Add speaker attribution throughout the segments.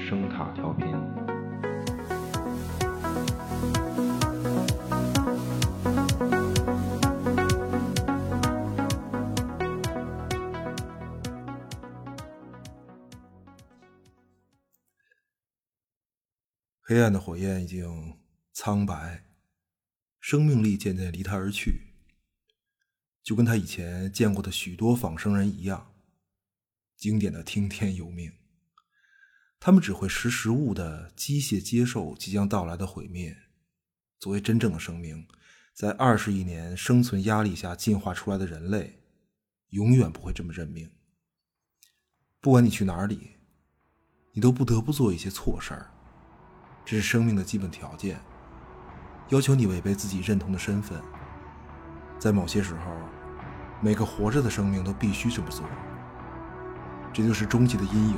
Speaker 1: 声塔调频。
Speaker 2: 黑暗的火焰已经苍白，生命力渐渐离他而去，就跟他以前见过的许多仿生人一样，经典的听天由命。他们只会识时务的机械接受即将到来的毁灭。作为真正的生命，在二十亿年生存压力下进化出来的人类，永远不会这么认命。不管你去哪里，你都不得不做一些错事儿，这是生命的基本条件，要求你违背自己认同的身份。在某些时候，每个活着的生命都必须这么做。这就是终极的阴影，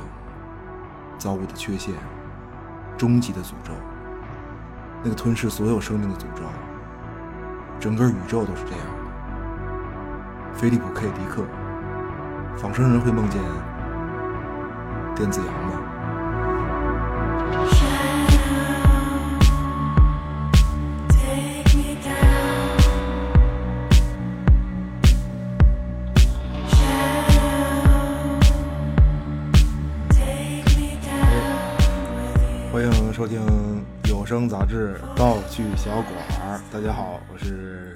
Speaker 2: 造物的缺陷，终极的诅咒，那个吞噬所有生命的诅咒。整个宇宙都是这样的。菲利普 ·K· 迪克，仿生人会梦见电子羊吗？
Speaker 3: Take me down, shadow. Take me down with you.
Speaker 2: 欢迎收听有声杂志《道具小馆儿》。大家好，我是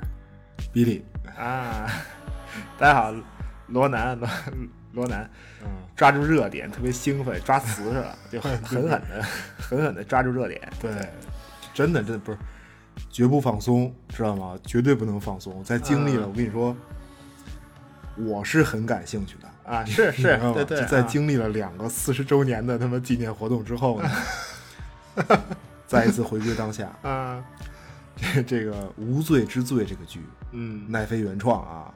Speaker 2: 比利。
Speaker 4: 啊， 大家好，罗南，罗罗南，
Speaker 2: 嗯，
Speaker 4: 抓住热点，特别兴奋，抓瓷似的，就 狠狠狠的、狠狠的抓住热点。
Speaker 2: 对，真的，真的不是，绝不放松，知道吗？绝对不能放松。在经历了，
Speaker 4: 嗯
Speaker 2: 我跟你说，我是很感兴趣的。
Speaker 4: 啊，是
Speaker 2: 你
Speaker 4: 是
Speaker 2: 知道，吗
Speaker 4: 对对，
Speaker 2: 就在
Speaker 4: 啊
Speaker 2: 经历了两个四十周年的他妈纪念活动之后 呢，再一次回归当下，
Speaker 4: 啊，
Speaker 2: 这这个《无罪之罪》这个剧，
Speaker 4: 嗯
Speaker 2: 奈飞原创啊，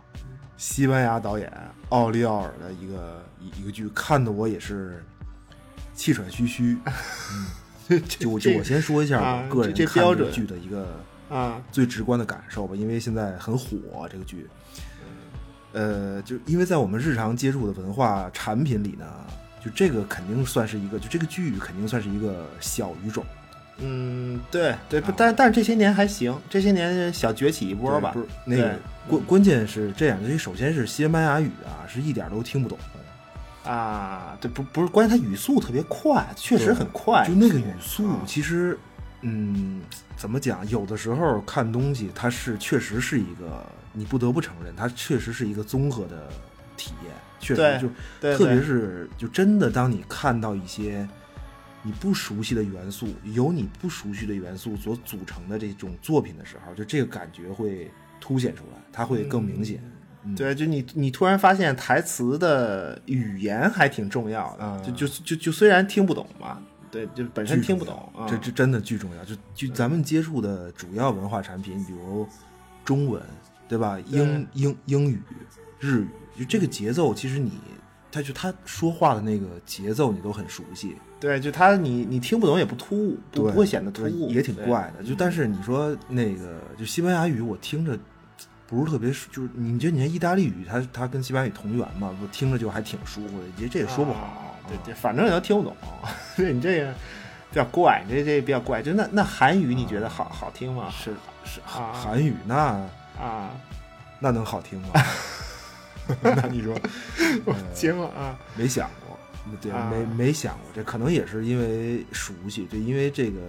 Speaker 2: 西班牙导演奥利奥尔的一个一一个剧，看的我也是气喘吁吁。嗯， 就我就我先说一下
Speaker 4: 啊
Speaker 2: 我个人
Speaker 4: 这这
Speaker 2: 看
Speaker 4: 标
Speaker 2: 这个
Speaker 4: 准
Speaker 2: 剧的一个
Speaker 4: 啊，
Speaker 2: 最直观的感受吧，因为现在很火这个剧。呃，就因为在我们日常接触的文化产品里呢，就这个肯定算是一个，就这个剧肯定算是一个小语种。
Speaker 4: 嗯，对对，不
Speaker 2: 啊，
Speaker 4: 但但是这些年还行，这些年小崛起一波吧
Speaker 2: 对不是。那个
Speaker 4: 对嗯
Speaker 2: 关关键是这样，因为首先是西班牙语啊，是一点儿都听不懂，
Speaker 4: 啊，对，不不是，关键它语速特别快，确实
Speaker 2: 对
Speaker 4: 很快，
Speaker 2: 就那个语速
Speaker 4: 啊，
Speaker 2: 其实，嗯，怎么讲？有的时候看东西，它是确实是一个，你不得不承认，它确实是一个综合的体验，确实
Speaker 4: 对
Speaker 2: 就
Speaker 4: 对
Speaker 2: 特别
Speaker 4: 对
Speaker 2: 是就真的，当你看到一些你不熟悉的元素，由你不熟悉的元素所组成的这种作品的时候，就这个感觉会凸显出来，它会更明显。嗯
Speaker 4: 对，就你你突然发现台词的语言还挺重要的，
Speaker 2: 嗯
Speaker 4: 就就就就虽然听不懂嘛，对，就本身
Speaker 2: 巨
Speaker 4: 听不
Speaker 2: 重要
Speaker 4: 懂啊，
Speaker 2: 这这真的巨重要。就就咱们接触的主要文化产品，比如中文，对吧？英英英语、日语，就这个节奏，其实你，他就他说话的那个节奏，你都很熟悉，
Speaker 4: 对，就他你你听不懂也不突兀，不
Speaker 2: 对
Speaker 4: 不会显得突兀，
Speaker 2: 也挺
Speaker 4: 对。
Speaker 2: 怪的。就但是你说那个，就西班牙语，我听着。不是特别熟，就是你觉得你看意大利语，它它跟西班牙语同源嘛，我听着就还挺舒服的，这这也说不好。
Speaker 4: 啊对对，反正也都听不懂，哦对你这个比较怪，你这这比较怪。就那那韩语你觉得好好听吗？是是啊
Speaker 2: 韩语那
Speaker 4: 啊，
Speaker 2: 那能好 听吗？ 那你说，
Speaker 4: 我惊了啊！
Speaker 2: 没想过，对，
Speaker 4: 啊
Speaker 2: 没没想过，这可能也是因为熟悉，对，因为这个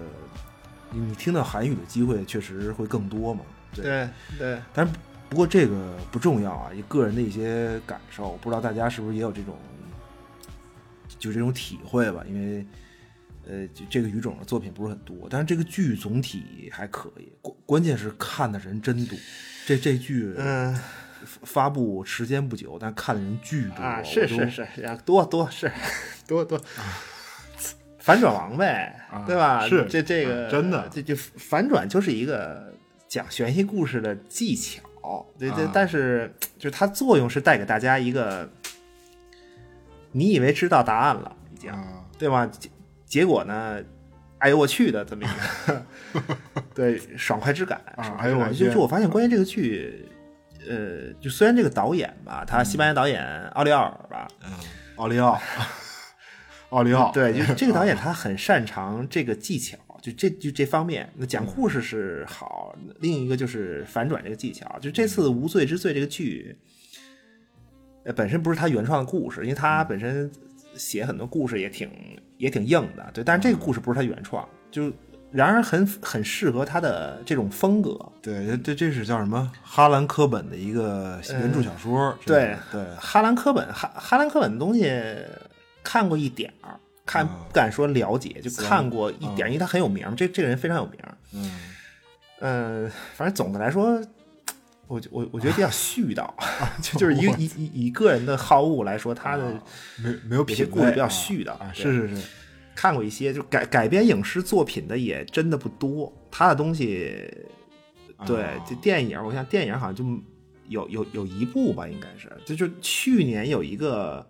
Speaker 2: 你你听到韩语的机会确实会更多嘛，对。
Speaker 4: 对对，
Speaker 2: 但是不过这个不重要啊，个人的一些感受，不知道大家是不是也有这种就这种体会吧？因为呃，就这个语种的作品不是很多，但是这个剧总体还可以，关关键是看的人真多，这这剧
Speaker 4: 嗯
Speaker 2: 发布时间不久，但看的人巨多，
Speaker 4: 啊，
Speaker 2: 我
Speaker 4: 是
Speaker 2: 都啊
Speaker 4: 是是，呀多多是多多，反转王呗，对吧？
Speaker 2: 是
Speaker 4: 这这个
Speaker 2: 啊真的
Speaker 4: 这就反转就是一个讲悬疑故事的技巧，对对，
Speaker 2: 啊
Speaker 4: 但是就是它作用是带给大家一个，你以为知道答案了，已经，
Speaker 2: 啊。
Speaker 4: 对吧？结结果呢？哎呦我去的这么一个，对，爽快之感
Speaker 2: 啊
Speaker 4: 爽快
Speaker 2: 哎呦
Speaker 4: 之感
Speaker 2: 我
Speaker 4: 就
Speaker 2: 去
Speaker 4: 就我发现关于这个剧，呃，就虽然
Speaker 1: 嗯
Speaker 4: 这个导演吧，他西班牙导演奥利奥尔吧，
Speaker 2: 奥利奥，
Speaker 1: 奥利奥，
Speaker 4: 对，就是这个导演
Speaker 1: 啊
Speaker 4: 他很擅长这个技巧，就这就这方面。那讲故事是好，另一个就是反转这个技巧。就这次《无罪之罪》这个剧，呃，本身不是他原创的故事，因为他本身写很多故事也挺也挺硬的，对。但是这个故事不是他原创，就然而很很适合他的这种风格。
Speaker 1: 对，这这这是叫什么？哈兰科本的一个原著小说。是吧
Speaker 4: 呃对
Speaker 1: 对，
Speaker 4: 哈兰科本哈哈兰科本的东西看过一点儿，看
Speaker 1: 啊
Speaker 4: 不敢说了解，就
Speaker 1: 行
Speaker 4: 看过一点儿，
Speaker 1: 嗯
Speaker 4: 因为他很有名儿，这这个人非常有名儿。
Speaker 1: 嗯，
Speaker 4: 嗯，反正总的来说，我觉我我觉得比较絮叨，就就是一个以以以个人的好恶来说，他的
Speaker 1: 没没有
Speaker 4: 有些
Speaker 1: 品
Speaker 4: 故
Speaker 1: 味
Speaker 4: 事
Speaker 1: 啊，
Speaker 4: 比较絮叨
Speaker 1: 啊
Speaker 4: 对
Speaker 1: 是是是，
Speaker 4: 看过一些，就改改编影视作品的也真的不多，他的东西，对
Speaker 1: 啊，
Speaker 4: 这电影，我想电影好像就有有有一部吧，应该是，就就去年有一个，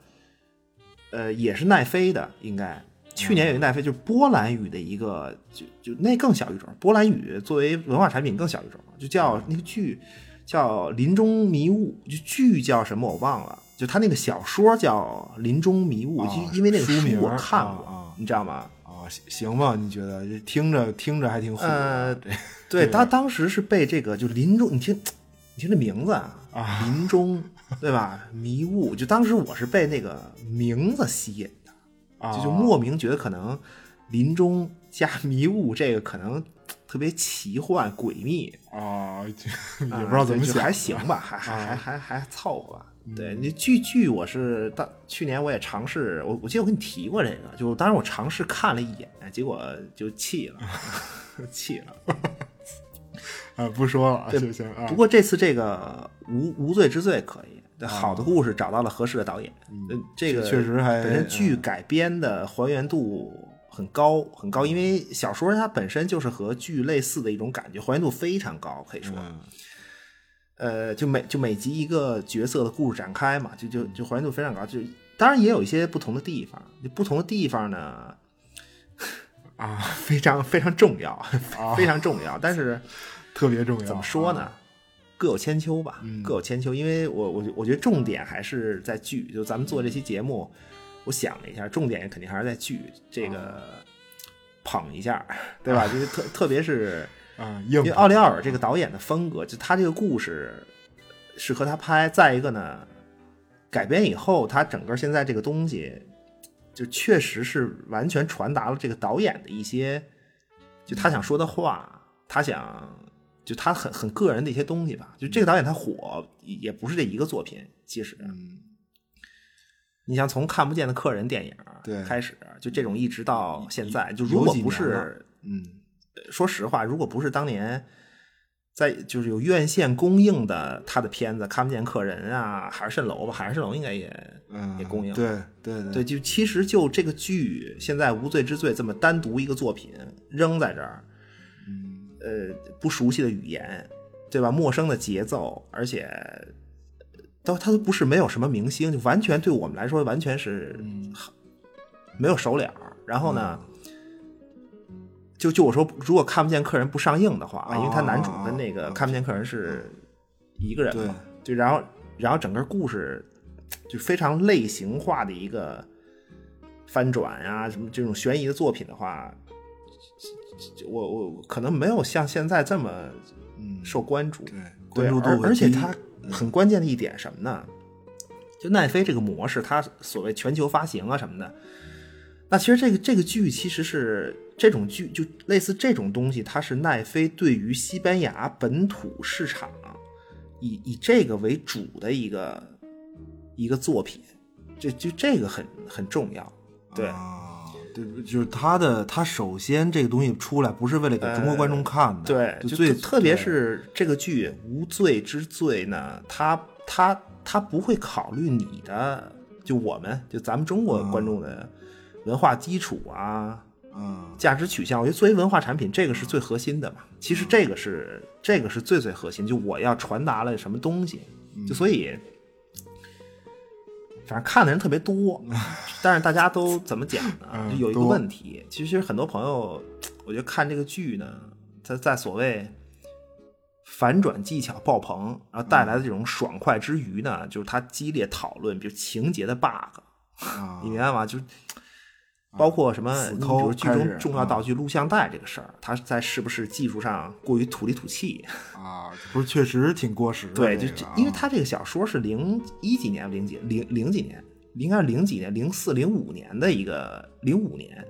Speaker 4: 呃，也是奈飞的，应该去年有一
Speaker 1: 嗯
Speaker 4: 个奈飞，就是波兰语的一个，就就那更小语种，波兰语作为文化产品更小语种，就
Speaker 1: 嗯
Speaker 4: 叫那个剧叫《林中迷雾》，就剧叫什么我忘了。就他那个小说叫《林中迷雾》，
Speaker 1: 啊
Speaker 4: 就因为那个
Speaker 1: 书名
Speaker 4: 书我
Speaker 1: 儿
Speaker 4: 看
Speaker 1: 啊
Speaker 4: 过，
Speaker 1: 啊
Speaker 4: 你知道吗？
Speaker 1: 啊，行行吧？你觉得这听着听着还挺火
Speaker 4: 呃
Speaker 1: 的，对
Speaker 4: 对，他当时是被这个就林中，你听，你听这名字啊，
Speaker 1: 啊
Speaker 4: 林中，对吧？迷雾，就当时我是被那个名字吸引的，
Speaker 1: 啊
Speaker 4: 就就莫名觉得可能林中加迷雾这个可能特别奇幻诡秘，
Speaker 1: 啊，就
Speaker 4: 啊
Speaker 1: 也不知道怎么
Speaker 4: 就就
Speaker 1: 想，
Speaker 4: 还行吧，还还还
Speaker 1: 啊嗯
Speaker 4: 还还凑合吧。对你剧剧，我是当去年我也尝试，我我记得我跟你提过这个，就当时我尝试看了一眼，结果就气了， 气了。
Speaker 1: 啊，不说了，
Speaker 4: 对
Speaker 1: 行行啊，
Speaker 4: 不过这次这个无无罪之罪可以，对好的故事找到了合适的导演，嗯，这个
Speaker 1: 这嗯确实还嗯
Speaker 4: 本身剧改编的还原度很高很高，因为小说它本身就是和剧类似的一种感觉，还原度非常高，可以说，
Speaker 1: 嗯
Speaker 4: 呃，就每就每集一个角色的故事展开嘛，就就
Speaker 1: 嗯
Speaker 4: 就还原度非常高，就当然也有一些不同的地方，就不同的地方呢。 啊，非常非常重要，非常重要。但是，
Speaker 1: 啊特别重要。啊嗯
Speaker 4: 怎么说呢？各有千秋吧，各有千秋。因为我我我觉得重点还是在剧，就咱们做
Speaker 1: 嗯
Speaker 4: 这期节目，我想了一下，重点肯定还是在剧这
Speaker 1: 哦
Speaker 4: 个捧一下， 对吧？就是特特别是
Speaker 1: 啊？啊，
Speaker 4: 因
Speaker 1: 硬
Speaker 4: 为奥利奥尔这个导演的风格，就他这个故事适合他拍。再一个呢，改编以后，他整个现在这个东西，就确实是完全传达了这个导演的一些，就他想说的话，他想就他很很个人的一些东西吧。就这个导演他火也不是这一个作品，其实，
Speaker 1: 嗯
Speaker 4: 你像从《看不见的客人》电影
Speaker 1: 对
Speaker 4: 开始，就这种一直到现在，就
Speaker 1: 有
Speaker 4: 如果
Speaker 1: 几
Speaker 4: 不
Speaker 1: 年
Speaker 4: 是
Speaker 1: 嗯
Speaker 4: 说实话，如果不是当年在就是有院线公映的他的片子，《看不见客人》啊，《海市蜃楼》吧，《海市蜃楼》应该也
Speaker 1: 嗯，
Speaker 4: 也供应
Speaker 1: 对对对
Speaker 4: 对，就其实就这个剧现在《无罪之罪》这么单独一个作品扔在这儿，
Speaker 1: 嗯
Speaker 4: 呃，不熟悉的语言，对吧？陌生的节奏，而且都他都不是没有什么明星，就完全对我们来说完全是
Speaker 1: 嗯
Speaker 4: 没有熟脸儿。然后呢，就就我说，如果看不见客人不上映的话，啊
Speaker 1: 哦
Speaker 4: 因为他男主跟那
Speaker 1: 哦嗯
Speaker 4: 个看不见客人是一个人
Speaker 1: 对
Speaker 4: 嘛，对，然后然后整个故事就非常类型化的一个翻转啊，什么这种悬疑的作品的话。我我可能没有像现在这么
Speaker 1: 嗯
Speaker 4: 受关注，
Speaker 1: 对关
Speaker 4: 对
Speaker 1: 注
Speaker 4: 而
Speaker 1: 度
Speaker 4: 而且
Speaker 1: 低嗯
Speaker 4: 它很关键的一点什么呢？就奈飞这个模式，它所谓全球发行啊什么的，那其实这个这个剧其实是这种剧，就类似这种东西，它是奈飞对于西班牙本土市场以以这个为主的一个一个作品，这就这个很很重要，对。
Speaker 1: 啊对，就是他的，他首先这个东西出来不是为了给中国观众看的，
Speaker 4: 呃
Speaker 1: 就
Speaker 4: 对，就
Speaker 1: 最
Speaker 4: 特特别
Speaker 1: 对
Speaker 4: 是这个剧《无罪之罪》呢，他他他不会考虑你的，就我们就咱们中国观众的文化基础啊、
Speaker 1: 嗯
Speaker 4: 价值取向。我觉得作为文化产品，这个是最核心的嘛。其实这个是这个是最最核心，就我要传达了什么东西，
Speaker 1: 嗯
Speaker 4: 就所以。反正看的人特 别多，但是大家都怎么讲呢？
Speaker 1: 嗯
Speaker 4: 就有一个
Speaker 1: 多
Speaker 4: 问题，其实很多朋友，我觉得看这个剧呢，它在所谓反转技巧爆棚，然后带来的这种爽快之余呢，就是它激烈讨论，比如情节的 bug，
Speaker 1: 啊
Speaker 4: 你明白吗？就包括什么，
Speaker 2: 啊死
Speaker 4: 你比
Speaker 2: 抠
Speaker 4: 如剧
Speaker 2: 开
Speaker 4: 中
Speaker 2: 始啊
Speaker 4: 重要道具录像带这个事儿，它在是不是技术上过于土里土气？
Speaker 2: 啊，不是确实挺过时的这个
Speaker 4: 对，
Speaker 2: 啊。
Speaker 4: 就这，因为他这个小说是零一几年，零几零零几年，应该是零几年，零四零五年的一个零五年，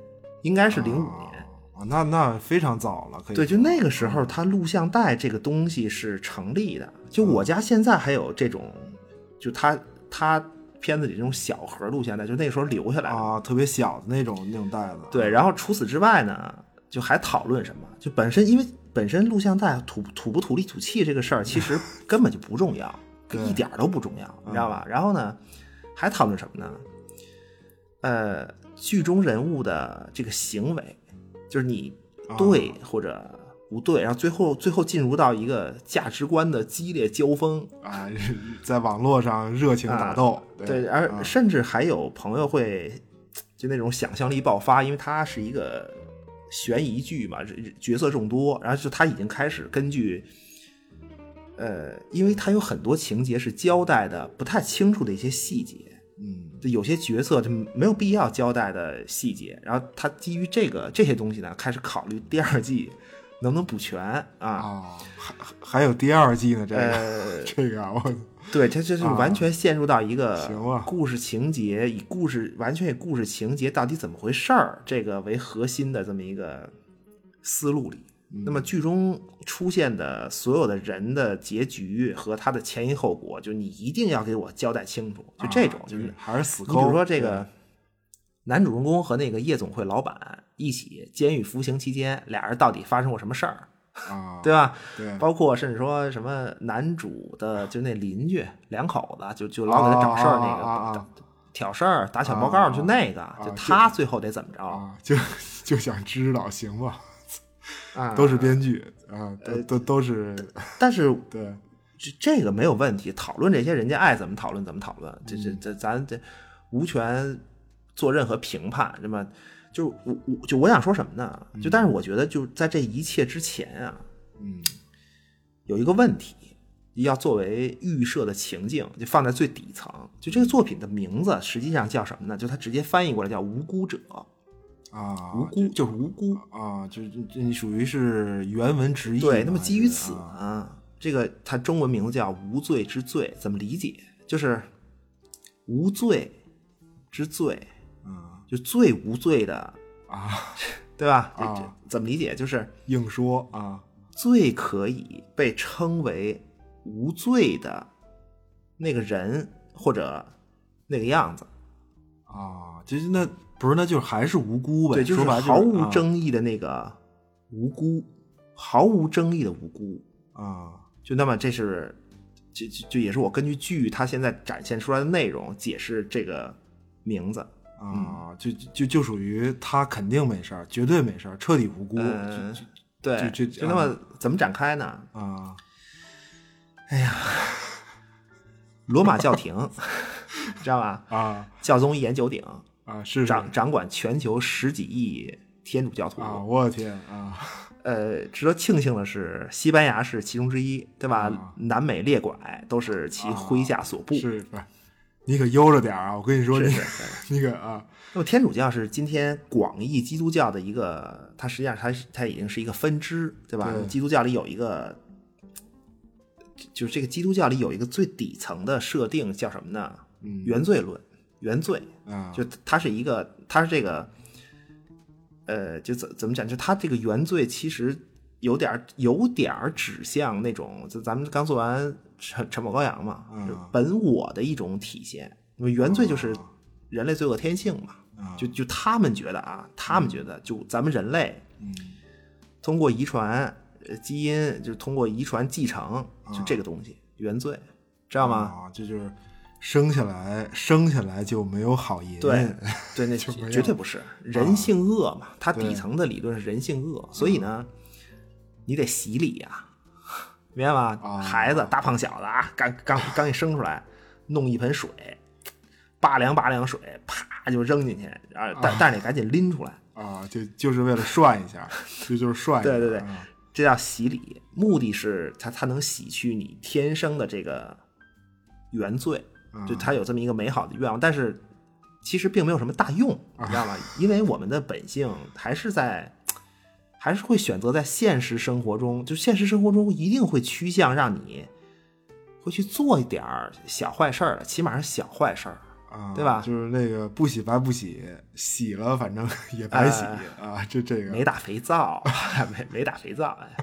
Speaker 4: 应该是零五年。
Speaker 2: 啊，那那非常早了，可以
Speaker 4: 对，就那个时候，它录像带这个东西是成立的。就
Speaker 2: 嗯
Speaker 4: 我家现在还有这种，就它它片子里这种小盒录像带，就那时候留下来的。
Speaker 2: 啊，特别小的那种那种袋子。
Speaker 4: 对，然后除此之外呢，就还讨论什么？就本身因为本身录像带土土不土里土气这个事儿，其实根本就不重要，
Speaker 2: 对
Speaker 4: 一点儿都不重要，你知道吧？然后呢，还讨论什么呢？呃，剧中人物的这个行为，就是你对或者不对，然后最后最后进入到一个价值观的激烈交锋。
Speaker 2: 啊， 在网络上热情打斗，
Speaker 4: 啊
Speaker 2: 啊
Speaker 4: 对，嗯而甚至还有朋友会就那种想象力爆发，因为它是一个悬疑剧嘛，这这角色众多，然后就他已经开始根据，呃，因为它有很多情节是交代的不太清楚的一些细节，
Speaker 2: 嗯
Speaker 4: 就有些角色就没有必要交代的细节，然后他基于这个这些东西呢，开始考虑第二季能不能补全啊。
Speaker 2: 啊，还还有第二季呢，这个
Speaker 4: 呃，
Speaker 2: 这个啊我
Speaker 4: 对，它就是完全陷入到一
Speaker 2: 啊行啊
Speaker 4: 个故事情节，以故事完全以故事情节到底怎么回事儿这个为核心的这么一个思路里。
Speaker 2: 嗯
Speaker 4: 那么剧中出现的所有的人的结局和他的前因后果，就你一定要给我交代清楚。就这种，
Speaker 2: 啊
Speaker 4: 就是
Speaker 2: 还是死
Speaker 4: 你
Speaker 2: 抠。
Speaker 4: 比如说这个男主人公和那个夜总会老板一起监狱服刑期间，俩人到底发生过什么事儿，
Speaker 2: 啊，
Speaker 4: 对吧？
Speaker 2: 对，
Speaker 4: 包括甚至说什么男主的就那邻居两口子，就就老给他整事儿那
Speaker 2: 啊啊啊
Speaker 4: 个
Speaker 2: 啊，
Speaker 4: 挑事儿、打小报
Speaker 2: 啊啊
Speaker 4: 告，
Speaker 2: 啊
Speaker 4: 就那个，就他最后得怎么着
Speaker 2: 啊，就就想知道行吧，
Speaker 4: 啊？呃
Speaker 2: 都是编剧啊，都都都是
Speaker 4: 但是
Speaker 2: 对
Speaker 4: 这这个没有问题，讨论这些人家爱怎么讨论怎么讨论，这这这咱这无权做任何评判，那么就我我就我想说什么呢？就但是我觉得就在这一切之前啊，
Speaker 2: 嗯
Speaker 4: 有一个问题，要作为预设的情境，就放在最底层。就这个作品的名字实际上叫什么呢？就它直接翻译过来叫《无辜者》，
Speaker 2: 啊
Speaker 4: 无辜就是无辜。
Speaker 2: 啊，就就就你属于是原文直译嘛。
Speaker 4: 对，那么基于
Speaker 2: 这个
Speaker 4: 此
Speaker 2: 啊
Speaker 4: 呢，这个它中文名字叫《无罪之罪》，怎么理解？就是无罪之罪，
Speaker 2: 嗯
Speaker 4: 就最无罪的，
Speaker 2: 啊，
Speaker 4: 对吧？这这
Speaker 2: 啊
Speaker 4: 怎么理解？就是
Speaker 2: 硬说啊
Speaker 4: 最可以被称为无罪的那个人或者那个样子。
Speaker 2: 啊，就是那不是那就是还是无辜呗，
Speaker 4: 对，就是
Speaker 2: 说白了
Speaker 4: 毫无
Speaker 2: 啊
Speaker 4: 争议的那个无辜，毫无争议的无辜。
Speaker 2: 啊
Speaker 4: 就那么这是，就就就也是我根据剧它现在展现出来的内容解释这个名字。
Speaker 2: 啊，
Speaker 4: 嗯
Speaker 2: 就就就属于他肯定没事儿，绝对没事儿，彻底无辜，
Speaker 4: 嗯
Speaker 2: 就，
Speaker 4: 对，
Speaker 2: 就这
Speaker 4: 就那么怎么展开呢？
Speaker 2: 就啊，
Speaker 4: 罗马教廷， 知道吧？
Speaker 2: 啊
Speaker 4: 教宗一言九鼎，
Speaker 2: 啊，是是
Speaker 4: 掌掌管全球十几亿天主教徒。
Speaker 2: 啊，我的天啊
Speaker 4: 呃，值得庆幸的是，西班牙是其中之一，对吧？
Speaker 2: 啊
Speaker 4: 南美列拐都是其麾下所部。
Speaker 2: 是不是？你可悠着点儿啊！我跟你说，
Speaker 4: 是
Speaker 2: 你
Speaker 4: 是是
Speaker 2: 你可啊
Speaker 4: 那么天主教是今天广义基督教的一个，它实际上它是它已经是一个分支，对吧？
Speaker 2: 对
Speaker 4: 基督教里有一个，就是这个基督教里有一个最底层的设定叫什么呢？
Speaker 2: 嗯
Speaker 4: 原罪论，原罪，
Speaker 2: 啊，
Speaker 4: 就它是一个，它是这个，呃，就怎怎么讲？就它这个原罪其实有点儿有点儿指向那种，就咱们刚做完陈陈宝羔羊嘛，
Speaker 2: 嗯
Speaker 4: 就本我的一种体现。那么原罪就是人类罪恶天性嘛，
Speaker 2: 啊
Speaker 4: 就就他们觉得啊，他们觉得就咱们人类
Speaker 2: 嗯
Speaker 4: 通过遗传、呃基因，就是通过遗传继承，就这个东西原罪，知道吗？
Speaker 2: 啊，这就是生下来生下来就没有好爷
Speaker 4: 对
Speaker 2: 们，
Speaker 4: 对，那
Speaker 2: 就没有啊
Speaker 4: 绝对不是人性恶嘛，它
Speaker 2: 对嗯
Speaker 4: 底层的理论是人性恶，所以呢，你得洗礼呀、 明白吧？
Speaker 2: 啊
Speaker 4: 孩子大胖小子啊，刚刚刚一生出来，弄一盆水，拔凉拔凉水，啪就扔进去，然后但但是得赶紧拎出来，
Speaker 2: 啊，就就是为了涮一下，这就是涮一下，
Speaker 4: 对对对
Speaker 2: 啊
Speaker 4: 这叫洗礼，目的是它它能洗去你天生的这个原罪，就它有这么一个美好的愿望，但是其实并没有什么大用，你知道吗？因为我们的本性还是在，还是会选择在现实生活中，就现实生活中一定会趋向让你会去做一点儿小坏事儿，起码是小坏事儿。
Speaker 2: 啊，
Speaker 4: 对吧
Speaker 2: 就是那个不洗白不洗，洗了反正也白洗、啊，这这个
Speaker 4: 呃没打肥皂， 没没打肥皂，哎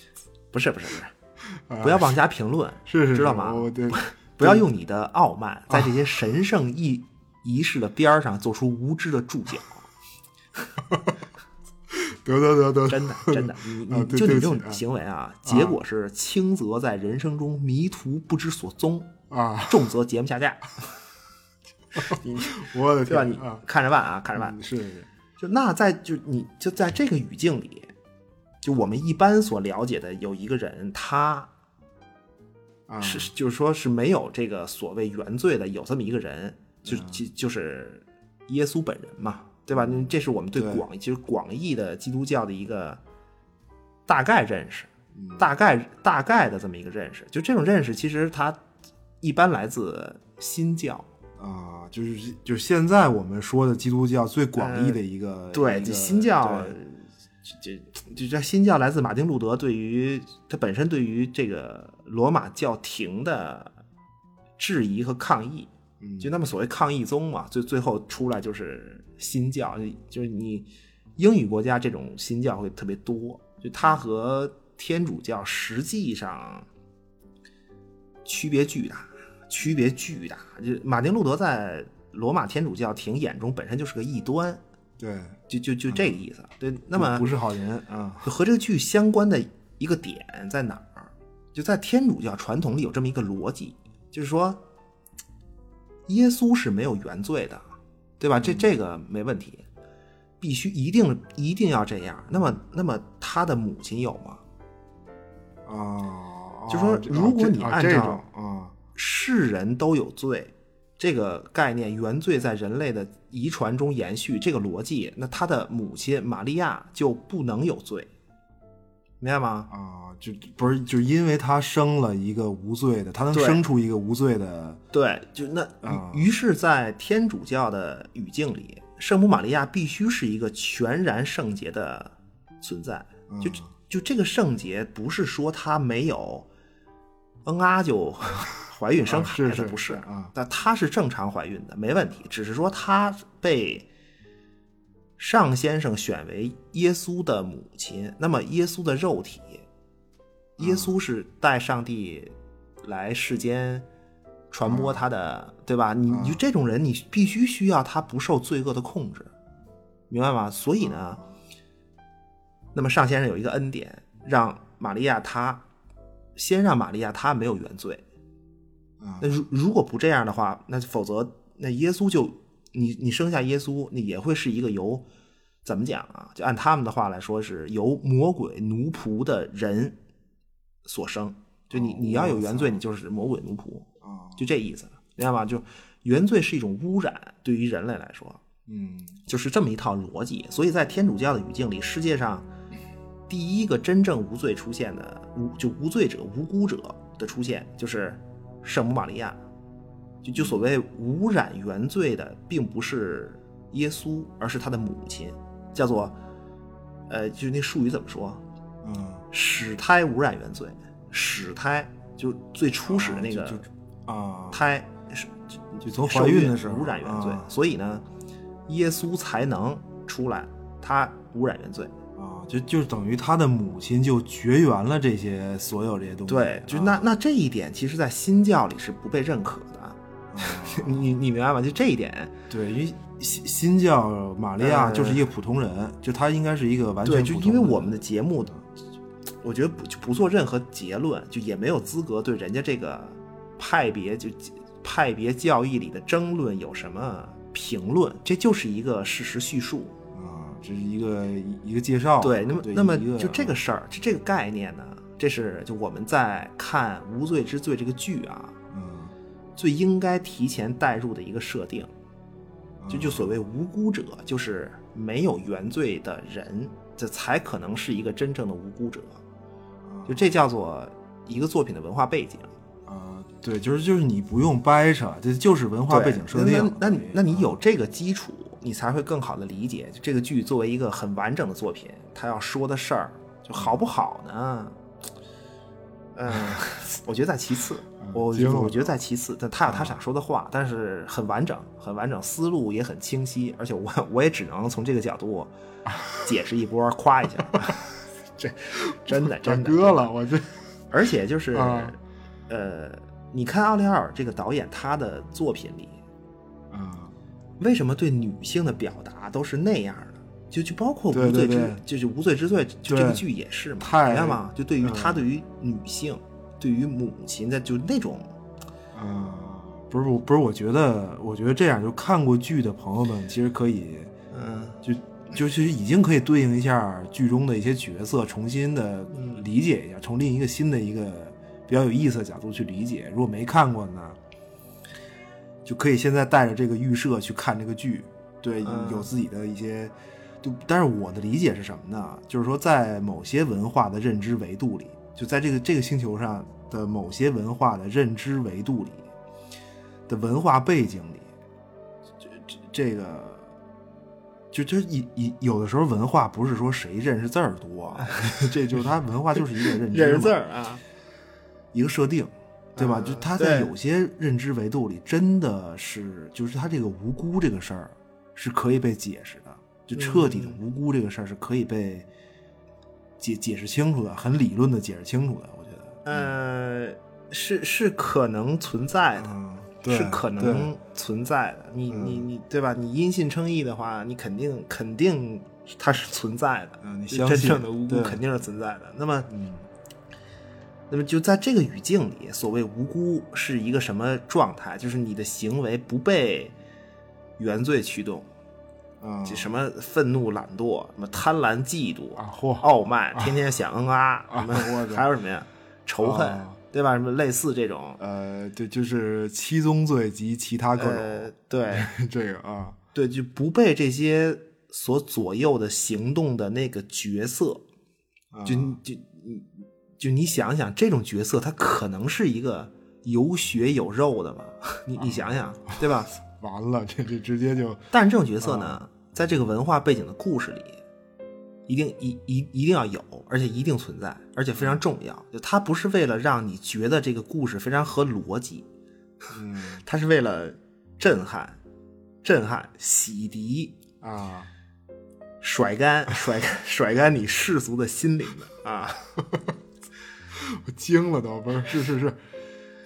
Speaker 4: 不是不是不是，不要妄加评论，
Speaker 2: 是是是
Speaker 4: 知道吗？
Speaker 2: 我对，
Speaker 4: 不要用你的傲慢在这些神圣仪仪式的边儿上做出无知的注脚，
Speaker 2: 得得得得，
Speaker 4: 真的真的，你
Speaker 2: 啊
Speaker 4: 你
Speaker 2: 对
Speaker 4: 就你
Speaker 2: 对
Speaker 4: 这
Speaker 2: 不起啊
Speaker 4: 种行为啊，结果是轻则在人生中迷途不知所踪，
Speaker 2: 啊，
Speaker 4: 重则节目下架，
Speaker 2: 我的
Speaker 4: 对吧？
Speaker 2: 天
Speaker 4: 你
Speaker 2: 啊，
Speaker 4: 看着办啊，看着办。
Speaker 2: 嗯是是
Speaker 4: 就那在就你就在这个语境里，就我们一般所了解的有一个人，他
Speaker 2: 啊，
Speaker 4: 是就是说是没有这个所谓原罪的，有这么一个人，就
Speaker 2: 嗯
Speaker 4: 就就是耶稣本人嘛，对吧？那这是我们对
Speaker 2: 对
Speaker 4: 广其实广义的基督教的一个大概认识，
Speaker 2: 嗯
Speaker 4: 大概大概的这么一个认识。就这种认识，其实它一般来自新教，
Speaker 2: 啊，就是就是现在我们说的基督教最广义的一个、
Speaker 4: 呃对，
Speaker 2: 一个
Speaker 4: 这新教
Speaker 2: 对，
Speaker 4: 这这就这新教来自马丁路德对于他本身对于这个罗马教廷的质疑和抗议，
Speaker 2: 嗯
Speaker 4: 就那么所谓抗议宗嘛，最最后出来就是新教，就就是你英语国家这种新教会特别多，就它和天主教实际上区别巨大，区别巨大。就马丁路德在罗马天主教廷眼中本身就是个异端，
Speaker 2: 对，
Speaker 4: 就就就这个意思。对，那么
Speaker 2: 不是好人啊，
Speaker 4: 就和这个剧相关的一个点在哪儿？就在天主教传统里有这么一个逻辑，就是说，耶稣是没有原罪的，对吧？这这个没问题，必须一定一定要这样。那么那么他的母亲有吗？
Speaker 2: 啊，
Speaker 4: 就说
Speaker 2: 啊这
Speaker 4: 如果
Speaker 2: 啊
Speaker 4: 你
Speaker 2: 这
Speaker 4: 按
Speaker 2: 啊这
Speaker 4: 照
Speaker 2: 种啊，
Speaker 4: 世人都有罪这个概念，原罪在人类的遗传中延续这个逻辑，那他的母亲玛利亚就不能有罪，明白吗？
Speaker 2: 啊，就不是，就因为他生了一个无罪的，他能
Speaker 4: 对
Speaker 2: 生出一个无罪的，
Speaker 4: 对，就那
Speaker 2: 啊
Speaker 4: 于于是，在天主教的语境里，圣母玛利亚必须是一个全然圣洁的存在。就
Speaker 2: 嗯
Speaker 4: 就这个圣洁，不是说她没有嗯啊就怀孕生
Speaker 2: 啊
Speaker 4: 孩
Speaker 2: 是
Speaker 4: 子，
Speaker 2: 是
Speaker 4: 不
Speaker 2: 是啊
Speaker 4: 但她是正常怀孕的，没问题。只是说她被上先生选为耶稣的母亲，那么耶稣的肉体耶稣是带上帝来世间传播他的，对吧？你你就这种人，你必须需要他不受罪恶的控制，明白吗？所以呢，
Speaker 2: 嗯
Speaker 4: 那么上先生有一个恩典，让玛利亚她先让玛利亚她没有原罪。
Speaker 2: 啊
Speaker 4: 那如如果不这样的话，那否则那耶稣就你你生下耶稣，那也会是一个由怎么讲啊？就按他们的话来说，是由魔鬼奴仆的人所生。就你
Speaker 2: 哦
Speaker 4: 你要有原罪，
Speaker 2: 我操
Speaker 4: 你就是魔鬼奴仆，
Speaker 2: 啊，
Speaker 4: 就这意思，明白吗？就原罪是一种污染，对于人类来说，
Speaker 2: 嗯
Speaker 4: 就是这么一套逻辑。所以在天主教的语境里，世界上第一个真正无罪出现的无就无罪者、无辜者的出现，就是圣母玛利亚。就就所谓无染原罪的，并不是耶稣，而是他的母亲，叫做呃，就是那术语怎么说？
Speaker 2: 嗯
Speaker 4: 始胎无染原罪，始胎就最初始的那个
Speaker 2: 哦就啊，
Speaker 4: 胎是
Speaker 2: 就从
Speaker 4: 受
Speaker 2: 怀孕的时候
Speaker 4: 污染原罪，
Speaker 2: 啊
Speaker 4: 所以呢，耶稣才能出来，他污染原罪。
Speaker 2: 啊，就就等于他的母亲就绝缘了这些所有这些东西，
Speaker 4: 对，就
Speaker 2: 啊
Speaker 4: 那、那这一点，其实在新教里是不被认可的。你你你明白吗？就这一点，
Speaker 2: 啊对，因为新新教玛利亚就是一个普通人，就他应该是一个完全
Speaker 4: 呃对，
Speaker 2: 普
Speaker 4: 就
Speaker 2: 通
Speaker 4: 因为
Speaker 2: 人
Speaker 4: 我们的节目，我觉得不就不做任何结论，就也没有资格对人家这个派别就派别教义里的争论有什么评论，这就是一个事实叙述。
Speaker 2: 啊，这是一个一个介绍，
Speaker 4: 对，那么那
Speaker 2: 一个
Speaker 4: 么就这个事儿，就这个概念呢，这是就我们在看《无罪之罪》这个剧啊，
Speaker 2: 嗯，
Speaker 4: 最应该提前带入的一个设定，就就所谓无辜者，就是没有原罪的人，这才可能是一个真正的无辜者。就这叫做一个作品的文化背景。
Speaker 2: 啊，对，就是就是你不用掰扯，这就是文化
Speaker 4: 对
Speaker 2: 背景设定。嗯啊
Speaker 4: 那那你那你有这个基础，你才会更好的理解就这个剧作为一个很完整的作品，它要说的事儿就好不好呢？嗯， 我觉得在其次，我
Speaker 2: 嗯结嗯果
Speaker 4: 我觉得在其次，但他有他想说的话，但是很完整，很完整，思路也很清晰，而且我我也只能从这个 角度解释一波，夸一下。这真的真的
Speaker 2: 哥了，我这
Speaker 4: 而且就是，
Speaker 2: 啊
Speaker 4: 呃，你看奥利奥尔这个导演，他的作品里，
Speaker 2: 啊，
Speaker 4: 为什么对女性的表达都是那样的？就就包括无
Speaker 2: 对
Speaker 4: 罪之，
Speaker 2: 对对
Speaker 4: 就是无罪之罪，就这个
Speaker 2: 对
Speaker 4: 剧也是嘛，
Speaker 2: 太
Speaker 4: 明白吗？就对于
Speaker 2: 嗯
Speaker 4: 他对于女性，对于母亲的，就那种
Speaker 2: 啊，不是我，不是我觉得，我觉得这样就看过剧的朋友们，其实可以
Speaker 4: 嗯
Speaker 2: 就就是已经可以对应一下剧中的一些角色，重新的
Speaker 4: 嗯
Speaker 2: 理解一下，从另一个新的一个比较有意思的角度去理解。如果没看过呢，就可以现在带着这个预设去看这个剧，对，
Speaker 4: 嗯
Speaker 2: 有自己的一些。就但是我的理解是什么呢？就是说，在某些文化的认知维度里，就在这个这个星球上的某些文化的认知维度里的文化背景里，这这这个就就以以有的时候文化不是说谁认识字儿多啊， 这就是他文化就是一个认知嘛
Speaker 4: 认识字儿啊，
Speaker 2: 一个设定，对吧？
Speaker 4: 啊
Speaker 2: 就他在
Speaker 4: 对
Speaker 2: 有些认知维度里真的是，就是他这个无辜这个事儿是可以被解释的，就彻底的
Speaker 4: 嗯
Speaker 2: 无辜这个事儿是可以被解解释清楚的，很理论的解释清楚的，我觉得。
Speaker 4: 呃，是是可能存在的，
Speaker 2: 嗯，对
Speaker 4: 是可能
Speaker 2: 对嗯
Speaker 4: 存在的。你你你，对吧？你因信称义的话，你肯定肯定它是存在的。
Speaker 2: 嗯你
Speaker 4: 就
Speaker 2: 相
Speaker 4: 真
Speaker 2: 信
Speaker 4: 正的无辜
Speaker 2: 对
Speaker 4: 肯定是存在的。那么，
Speaker 2: 嗯
Speaker 4: 那么就在这个语境里，所谓无辜是一个什么状态？就是你的行为不被原罪驱动，
Speaker 2: 啊
Speaker 4: 就什么愤怒、懒惰、什么贪婪、嫉妒、
Speaker 2: 啊嚯
Speaker 4: 傲慢，天天想嗯啊，什么
Speaker 2: 我的
Speaker 4: 还有什么呀？仇恨
Speaker 2: 啊，
Speaker 4: 对吧？什么类似这种，
Speaker 2: 呃，对，就是七宗罪及其他各
Speaker 4: 呃
Speaker 2: 种，
Speaker 4: 对
Speaker 2: 这个啊，
Speaker 4: 对，就不被这些所左右的行动的那个角色，
Speaker 2: 嗯
Speaker 4: 就你就你就你想想，这种角色他可能是一个有血有肉的嘛？ 你你想想，对吧？
Speaker 2: 完了，这这直接就
Speaker 4: 但是这种角色呢，在这个文化背景的故事里，一定一一一定要有，而且一定存在，而且非常重要。就它不是为了让你觉得这个故事非常合逻辑，
Speaker 2: 嗯
Speaker 4: 它是为了震撼、震撼、洗涤、
Speaker 2: 啊，
Speaker 4: 甩干、 甩干、甩干你世俗的心灵的啊！
Speaker 2: 我惊了都，不是是是是，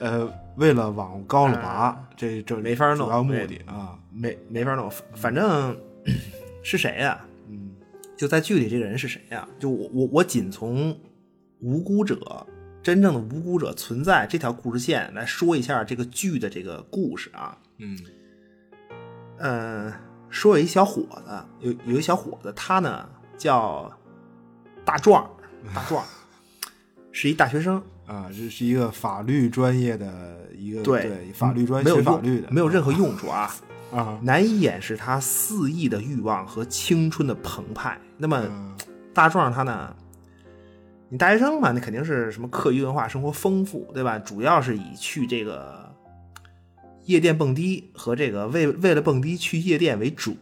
Speaker 2: 呃，为了往高了拔，
Speaker 4: 啊
Speaker 2: 这这
Speaker 4: 没法弄
Speaker 2: 主要目的啊，
Speaker 4: 没没法弄，反反正 是谁呀、
Speaker 2: 嗯
Speaker 4: 就在剧里这个人是谁呀、就我我我仅从无辜者真正的无辜者存在这条故事线来说一下这个剧的这个故事啊。
Speaker 2: 嗯
Speaker 4: 嗯，说有一小伙子，有有一小伙子，他呢叫大壮，大 壮是一大学生，
Speaker 2: 啊，这是一个法律专业的一个
Speaker 4: 对
Speaker 2: 法律专
Speaker 4: 没有
Speaker 2: 学
Speaker 4: 用
Speaker 2: 法律的，嗯
Speaker 4: 没有任何用处 啊。
Speaker 2: 啊
Speaker 4: 难以掩饰他肆意的欲望和青春的澎湃。那么，
Speaker 2: 嗯
Speaker 4: 大壮他呢？你大学生嘛，那肯定是什么课余文化生活丰富，对吧？主要是以去这个夜店蹦迪和这个为为了蹦迪去夜店为主。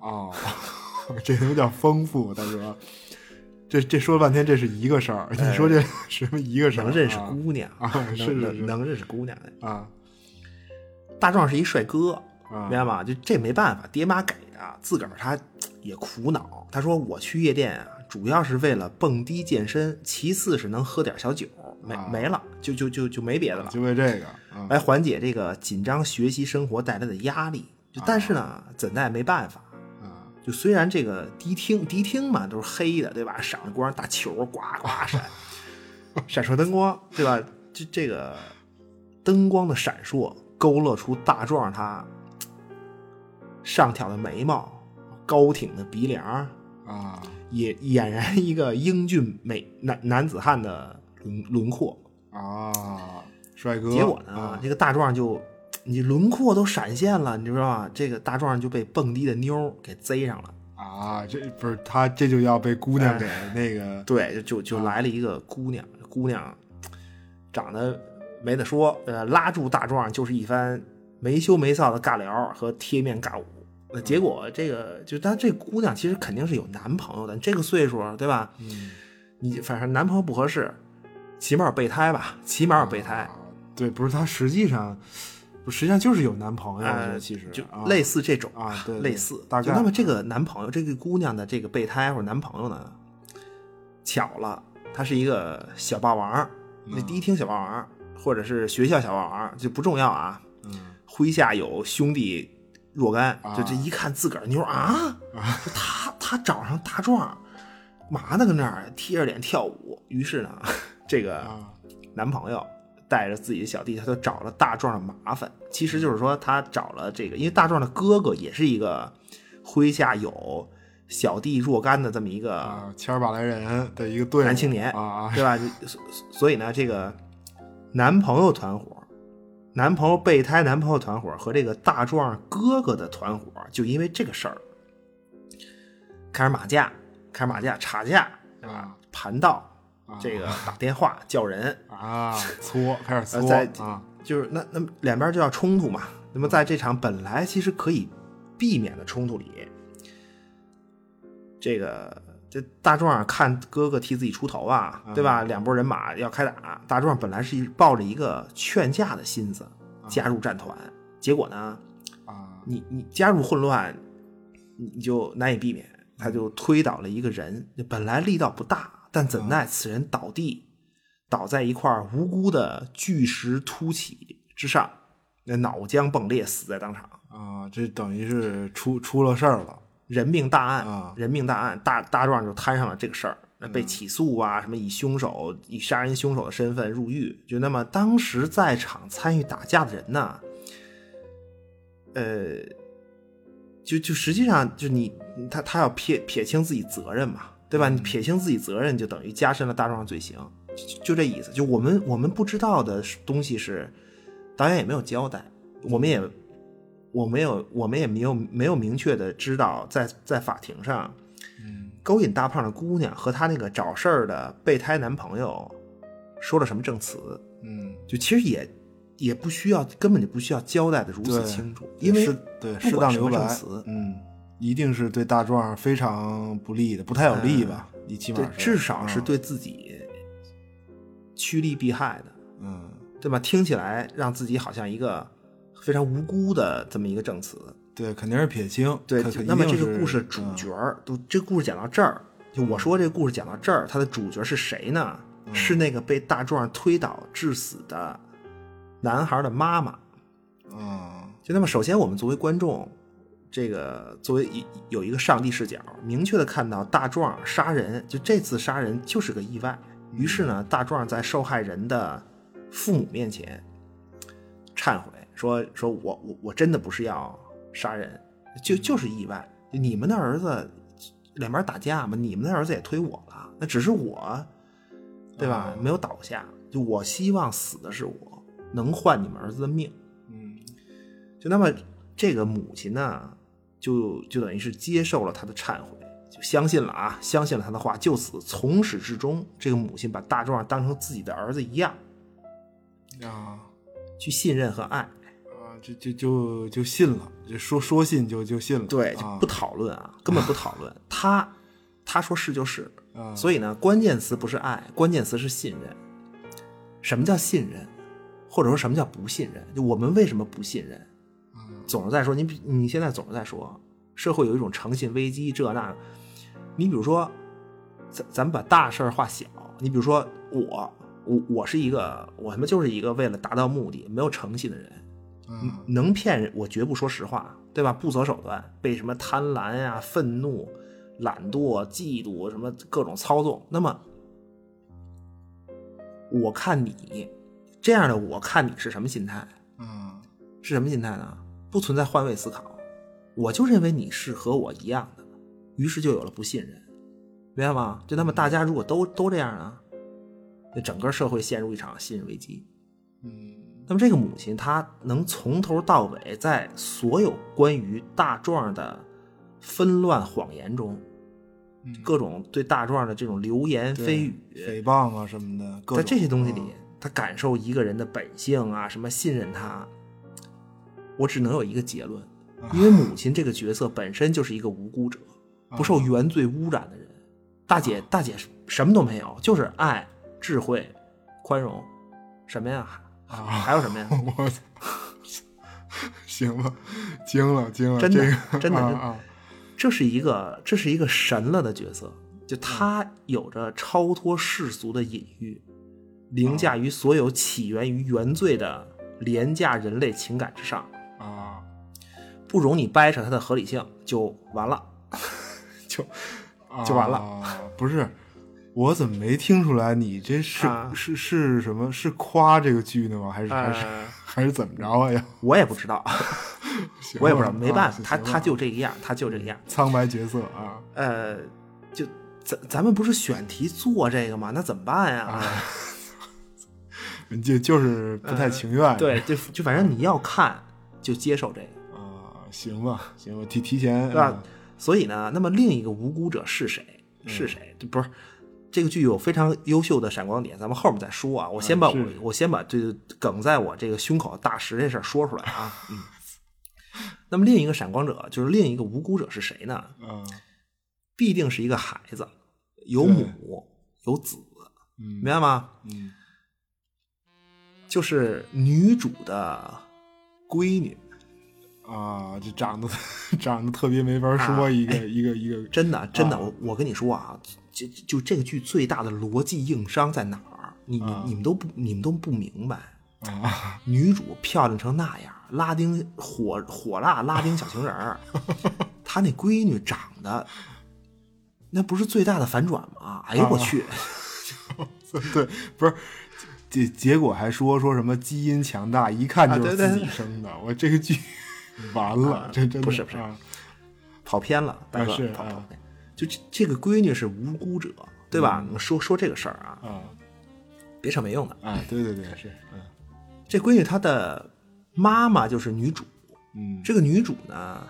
Speaker 2: 哦， 这有点丰富，大哥。这这说了半天，这是一个事儿。
Speaker 4: 哎
Speaker 2: 你说这什么一个事儿？
Speaker 4: 能认识
Speaker 2: 啊
Speaker 4: 姑娘，
Speaker 2: 啊
Speaker 4: 能
Speaker 2: 是是
Speaker 4: 能
Speaker 2: 是
Speaker 4: 能认识姑娘。
Speaker 2: 啊
Speaker 4: 大壮是一帅哥，
Speaker 2: 啊
Speaker 4: 明白吗？就这没办法，爹妈给的，自个儿他嘖也苦恼。他说我去夜店啊，主要是为了蹦迪健身，其次是能喝点小酒，没、
Speaker 2: 啊
Speaker 4: 没了，就就就就没别的了，
Speaker 2: 就为这个啊
Speaker 4: 来缓解这个紧张学习生活带来的压力。就但是呢，怎奈没办法。
Speaker 2: 啊
Speaker 4: 就虽然这个迪厅迪厅嘛都是黑的，对吧？闪着光，大球呱呱闪，闪烁灯光，对吧？这这个灯光的闪烁勾勒出大壮他上挑的眉毛、高挺的鼻梁，
Speaker 2: 啊
Speaker 4: 也俨然一个英俊美男男子汉的轮轮廓。
Speaker 2: 啊！帅哥，
Speaker 4: 结果呢，
Speaker 2: 啊
Speaker 4: 这个大壮就你轮廓都闪现了，你知道吗？这个大壮就被蹦迪的妞儿给贼上了。
Speaker 2: 啊，这不是他，这就要被姑
Speaker 4: 哎
Speaker 2: 娘给那个
Speaker 4: 对，就就就来了一个姑娘，姑娘长得没得说，呃，拉住大壮就是一番没羞没臊的尬聊和贴面尬舞。那结果这个就她这姑娘其实肯定是有男朋友的，你这个岁数对吧？
Speaker 2: 嗯，
Speaker 4: 你反正男朋友不合适，起码有备胎吧，起码有备
Speaker 2: 啊
Speaker 4: 胎。
Speaker 2: 对，不是她实际上，不实际上就是有男朋友
Speaker 4: 呃，
Speaker 2: 的，其实
Speaker 4: 就
Speaker 2: 啊
Speaker 4: 类似这种
Speaker 2: 啊对对
Speaker 4: 类似。
Speaker 2: 大概
Speaker 4: 就那么这个男朋友，这个姑娘的这个备胎或者男朋友呢，巧了，他是一个小霸王儿，
Speaker 2: 嗯
Speaker 4: 那迪厅小霸王儿，或者是学校小霸王儿，就不重要啊。
Speaker 2: 嗯
Speaker 4: 麾下有兄弟若干
Speaker 2: 啊，
Speaker 4: 就这一看自个儿妞儿啊，就他他找上大壮，嘛呢跟那儿贴着脸跳舞。于是呢， 这个
Speaker 2: 啊
Speaker 4: 男朋友带着自己的小弟，他就找了大壮的麻烦。其实就是说，他找了这个，因为大壮的哥哥也是一个麾下有小弟若干的这么一个
Speaker 2: 啊，千儿把来人的一个队伍
Speaker 4: 男青年，
Speaker 2: 啊啊
Speaker 4: 对吧？就所所以呢，这个男朋友团伙、男朋友备胎、男朋友团伙和这个大壮哥哥的团伙，就因为这个事儿开始马架，开始马架吵架，对吧
Speaker 2: 啊？
Speaker 4: 盘道，
Speaker 2: 啊
Speaker 4: 这个打电话叫人，
Speaker 2: 啊，搓开始
Speaker 4: 呃
Speaker 2: 搓
Speaker 4: 在
Speaker 2: 啊，
Speaker 4: 就是那那么两边就要冲突嘛。那么在这场本来其实可以避免的冲突里，这个这大壮啊看哥哥替自己出头啊，对吧？两拨人马要开打，大壮本来是抱着一个劝架的心思加入战团，结果呢，
Speaker 2: 啊
Speaker 4: 你你加入混乱，你你就难以避免。他就推倒了一个人，本来力道不大，但怎奈此人倒地，倒在一块无辜的巨石凸起之上，那脑浆迸裂，死在当场。
Speaker 2: 啊，这等于是出出了事儿了
Speaker 4: 人命大案
Speaker 2: 啊
Speaker 4: 人命大案，大大壮就摊上了这个事儿，那被起诉啊，什么以凶手以杀人凶手的身份入狱。就那么当时在场参与打架的人呢，呃，就就实际上就你他他要撇撇清自己责任嘛，对
Speaker 2: 嗯
Speaker 4: 吧？你撇清自己责任，就等于加深了大壮的罪行，就就这意思。就我们我们不知道的东西是，导演也没有交代，我们也我没有，我们也没有没有明确的知道在在法庭上，勾引大胖的姑娘和她那个找事儿的备胎男朋友说了什么证词，
Speaker 2: 嗯，
Speaker 4: 就其实也也不需要，根本就不需要交代的如此
Speaker 2: 对
Speaker 4: 清楚，因为
Speaker 2: 是对
Speaker 4: 不
Speaker 2: 适
Speaker 4: 管
Speaker 2: 当
Speaker 4: 什
Speaker 2: 留
Speaker 4: 么
Speaker 2: 白
Speaker 4: 证词，，
Speaker 2: 嗯，一定是对大壮非常不利的，不太有利吧？你起
Speaker 4: 对
Speaker 2: 码，
Speaker 4: 至少是
Speaker 2: 嗯
Speaker 4: 对自己趋利避害的，
Speaker 2: 嗯
Speaker 4: 对吧？听起来让自己好像一个非常无辜的这么一个证词，
Speaker 2: 对，肯定是撇清。
Speaker 4: 对，
Speaker 2: 肯
Speaker 4: 就
Speaker 2: 肯
Speaker 4: 那么
Speaker 2: 定
Speaker 4: 这个
Speaker 2: 是
Speaker 4: 故事主
Speaker 2: 嗯
Speaker 4: 角儿都，这故事讲到这儿，就我说这个故事讲到这儿，它的主角是谁呢？
Speaker 2: 嗯
Speaker 4: 是那个被大壮推倒致死的男孩的妈妈。
Speaker 2: 嗯
Speaker 4: 就那么，首先我们作为观众，这个作为一有一个上帝视角，明确的看到大壮杀人，就这次杀人就是个意外。于是呢，大壮在受害人的父母面前忏悔，说说我我我真的不是要杀人，就就是意外。你们的儿子两边打架嘛，你们的儿子也推我了，那只是我，对吧？没有倒下，就我希望死的是我，能换你们儿子的命。
Speaker 2: 嗯
Speaker 4: 就那么这个母亲呢，就就等于是接受了他的忏悔，就相信了啊，相信了他的话，就此从始至终，这个母亲把大壮当成自己的儿子一样
Speaker 2: 啊
Speaker 4: 去信任和爱，
Speaker 2: 啊，就就就就信了，就说说信就就信了。
Speaker 4: 对，就
Speaker 2: 啊
Speaker 4: 不讨论啊，根本不讨论，他他说是就是，
Speaker 2: 啊，
Speaker 4: 所以呢，关键词不是爱，关键词是信任。什么叫信任，或者说什么叫不信任？就我们为什么不信任？总是在说你比，你现在总是在说社会有一种诚信危机，这那。你比如说，咱咱们把大事儿化小。你比如说我，我我是一个，我他妈就是一个为了达到目的没有诚信的人。
Speaker 2: 嗯
Speaker 4: 能骗人，我绝不说实话，对吧？不择手段，被什么贪婪呀、愤怒、懒惰、嫉妒什么各种操纵。那么，我看你这样的，我看你是什么心态？
Speaker 2: 嗯
Speaker 4: 是什么心态呢？不存在换位思考，我就认为你是和我一样的，于是就有了不信任，明白吗？就那么大家如果都都这样呢，那整个社会陷入一场信任危机。
Speaker 2: 嗯
Speaker 4: 那么这个母亲她能从头到尾在所有关于大壮的纷乱谎言中，
Speaker 2: 嗯
Speaker 4: 各种对大壮的这种流言蜚语，
Speaker 2: 对诽谤啊什么的，各
Speaker 4: 在
Speaker 2: 种
Speaker 4: 这些东西里
Speaker 2: 嗯，
Speaker 4: 他感受一个人的本性啊，什么信任他，我只能有一个结论，
Speaker 2: 啊
Speaker 4: 因为母亲这个角色本身就是一个无辜者，
Speaker 2: 啊
Speaker 4: 不受原罪污染的人。大姐，大姐什么都没有，就是爱、智慧、宽容，什么呀？还有什么 呀？
Speaker 1: 我操，行吧，惊了惊了，
Speaker 4: 真
Speaker 1: 这
Speaker 4: 的
Speaker 1: 个
Speaker 4: 真的
Speaker 1: 啊
Speaker 4: 真的
Speaker 1: 啊
Speaker 4: 这是一个这是一个神了的角色，就
Speaker 1: 嗯
Speaker 4: 他有着超脱世俗的隐喻，凌
Speaker 1: 哦
Speaker 4: 驾于所有起源于原罪的廉价人类情感之上，
Speaker 1: 啊，
Speaker 4: 不容你掰扯它的合理性，就完了。
Speaker 1: 啊
Speaker 4: 就完了
Speaker 1: 啊
Speaker 2: 不是，我怎么没听出来你这是、
Speaker 4: 啊
Speaker 2: 是是什么？是夸这个剧呢吗？还是、还
Speaker 4: 哎
Speaker 2: 是
Speaker 1: 哎
Speaker 2: 还是怎么着啊？要
Speaker 4: 我也不 知道，
Speaker 1: 行
Speaker 4: 我也不知
Speaker 1: 了
Speaker 4: 道，没办
Speaker 1: 啊
Speaker 4: 法，
Speaker 1: 行嗯
Speaker 4: 他
Speaker 1: 了
Speaker 4: 他就这个样，他就这个样。
Speaker 2: 苍白角色啊，
Speaker 4: 呃，就咱咱们不是选题做这个吗？那怎么办呀？
Speaker 2: 就就是不太情愿。
Speaker 4: 嗯
Speaker 1: 哎
Speaker 4: 对，就就反正你要看就接受这个。
Speaker 2: 啊，行吧，行吧，提提前
Speaker 4: 对吧？
Speaker 2: 啊
Speaker 4: 所以呢，那么另一个无辜者是谁？
Speaker 2: 嗯
Speaker 4: 是谁？这不是这个剧有非常优秀的闪光点，咱们后面再说啊。我先把我、
Speaker 2: 是
Speaker 4: 我先把这个梗在我这个胸口大石这事儿说出来 啊。嗯。那么另一个闪光者就是另一个无辜者是谁呢？
Speaker 2: 嗯
Speaker 4: 必定是一个孩子，有母有子，明白吗？
Speaker 2: 嗯
Speaker 4: 就是女主的闺女，
Speaker 2: 啊，这长得 长得特别没法说，
Speaker 4: 啊
Speaker 2: 一个一个一个
Speaker 4: 真的，真的，
Speaker 2: 啊
Speaker 4: 我我跟你说啊，就就这个剧最大的逻辑硬伤在哪儿？你你
Speaker 2: 啊
Speaker 4: 你们都不你们都不明白，
Speaker 2: 啊，
Speaker 4: 女主漂亮成那样，拉丁火火辣拉丁小情 人儿，她那闺女长得，那不是最大的反转吗？哎呦我去，
Speaker 2: 啊对，不是。结结果还说说什么基因强大，一看就
Speaker 4: 啊
Speaker 2: 是
Speaker 4: 对对
Speaker 2: 自己生的。我这个 剧完了，这真的
Speaker 4: 不是不是
Speaker 2: 啊
Speaker 4: 跑偏了，大哥，
Speaker 2: 啊是
Speaker 4: 跑
Speaker 2: 啊
Speaker 4: 跑偏。就这这个闺女是无辜者，对吧？
Speaker 2: 嗯
Speaker 4: 你说说这个事儿啊，
Speaker 2: 啊
Speaker 4: 别扯没用的。
Speaker 2: 啊！对对对，是嗯
Speaker 4: 这闺女她的妈妈就是女主，
Speaker 2: 嗯
Speaker 4: 这个女主呢，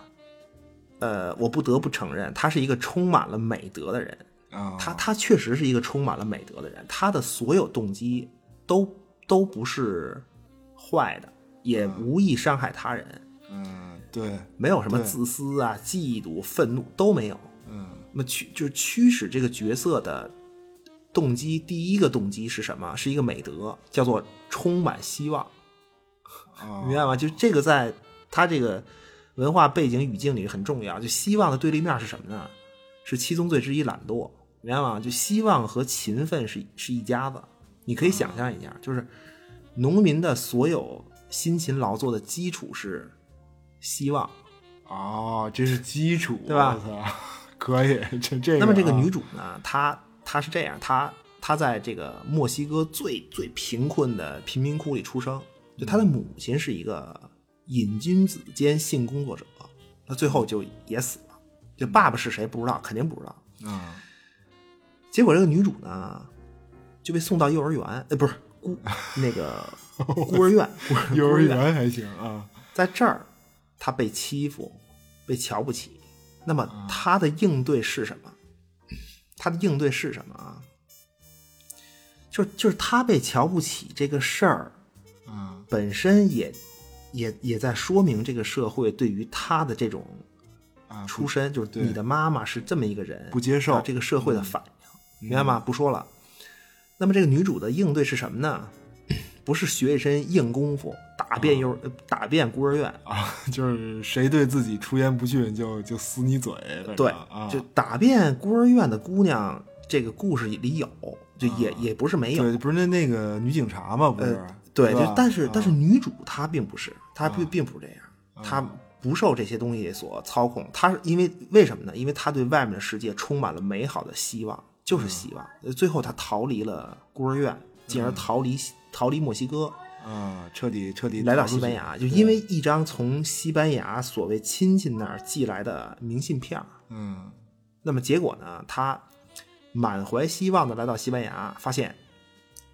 Speaker 4: 呃，我不得不承认，她是一个充满了美德的人。
Speaker 2: 啊，
Speaker 4: 她她确实是一个充满了美德的人，她的所有动机都都不是坏的，也无意伤害他人，
Speaker 2: 嗯对，
Speaker 4: 没有什么
Speaker 2: 对
Speaker 4: 自私啊、嫉妒、愤怒都没有。
Speaker 2: 嗯
Speaker 4: 那么驱就是驱使这个角色的动机，第一个动机是什么？是一个美德，叫做充满希望。
Speaker 2: 啊
Speaker 4: 明白吗？就这个在他这个文化背景语境里很重要。就希望的对立面是什么呢？是七宗罪之一懒惰，明白吗？就希望和勤奋是是一家子。你可以想象一下，就是农民的所有辛勤劳作的基础是希望。
Speaker 2: 哦，这是基础，
Speaker 4: 对吧
Speaker 2: 我操？可以，这这个啊。
Speaker 4: 那么这个女主呢，她她是这样，她她在这个墨西哥最最贫困的贫民窟里出生，就她的母亲是一个瘾君子兼性工作者，那最后就也死了。就爸爸是谁不知道，肯定不知道。
Speaker 2: 啊
Speaker 4: 结果这个女主呢，就被送到幼儿园，呃，不是孤那个孤儿院，孤儿
Speaker 2: 幼儿
Speaker 4: 孤
Speaker 2: 园还行啊
Speaker 4: 在这儿，她被欺负，被瞧不起。那么
Speaker 2: 啊
Speaker 4: 她的应对是什么？她的应对是什么啊？就就是她被瞧不起这个事儿
Speaker 2: 啊
Speaker 4: 本身也也也在说明这个社会对于她的这种
Speaker 2: 啊！
Speaker 4: 出身，就是
Speaker 2: 对
Speaker 4: 你的妈妈是这么一个人，
Speaker 2: 不接受嗯
Speaker 4: 啊这个社会的反应，明白吗？不说了。那么这个女主的应对是什么呢？ 不是学一身硬功夫，打遍幼儿、呃打遍孤儿院，
Speaker 2: 啊， 就是谁对自己出言不逊就就撕你嘴，反正
Speaker 4: 对，
Speaker 2: 啊，
Speaker 4: 就打遍孤儿院的姑娘，这个故事里有，就
Speaker 2: 啊
Speaker 4: 也、也不是没有。呃
Speaker 2: 对，不是那那个女警察嘛，不是？
Speaker 4: 对，
Speaker 2: 吧
Speaker 4: 就但是、
Speaker 2: 啊
Speaker 4: 但是女主她并不是，她并并不是这样，她不受这些东西所操控。她是因为为什么呢？因为她对外面的世界充满了美好的希望，就是
Speaker 2: 嗯
Speaker 4: 希望。呃最后她逃离了孤儿院，进而逃离、逃离墨西哥，
Speaker 2: 啊，彻底彻底
Speaker 4: 来到
Speaker 2: 逃出
Speaker 4: 西
Speaker 2: 嗯
Speaker 4: 班
Speaker 2: 去
Speaker 4: 牙，就因为一张从西班牙所谓亲戚那儿寄来的明信片儿。
Speaker 2: 嗯
Speaker 4: 那么结果呢，她满怀希望的来到西班牙，发现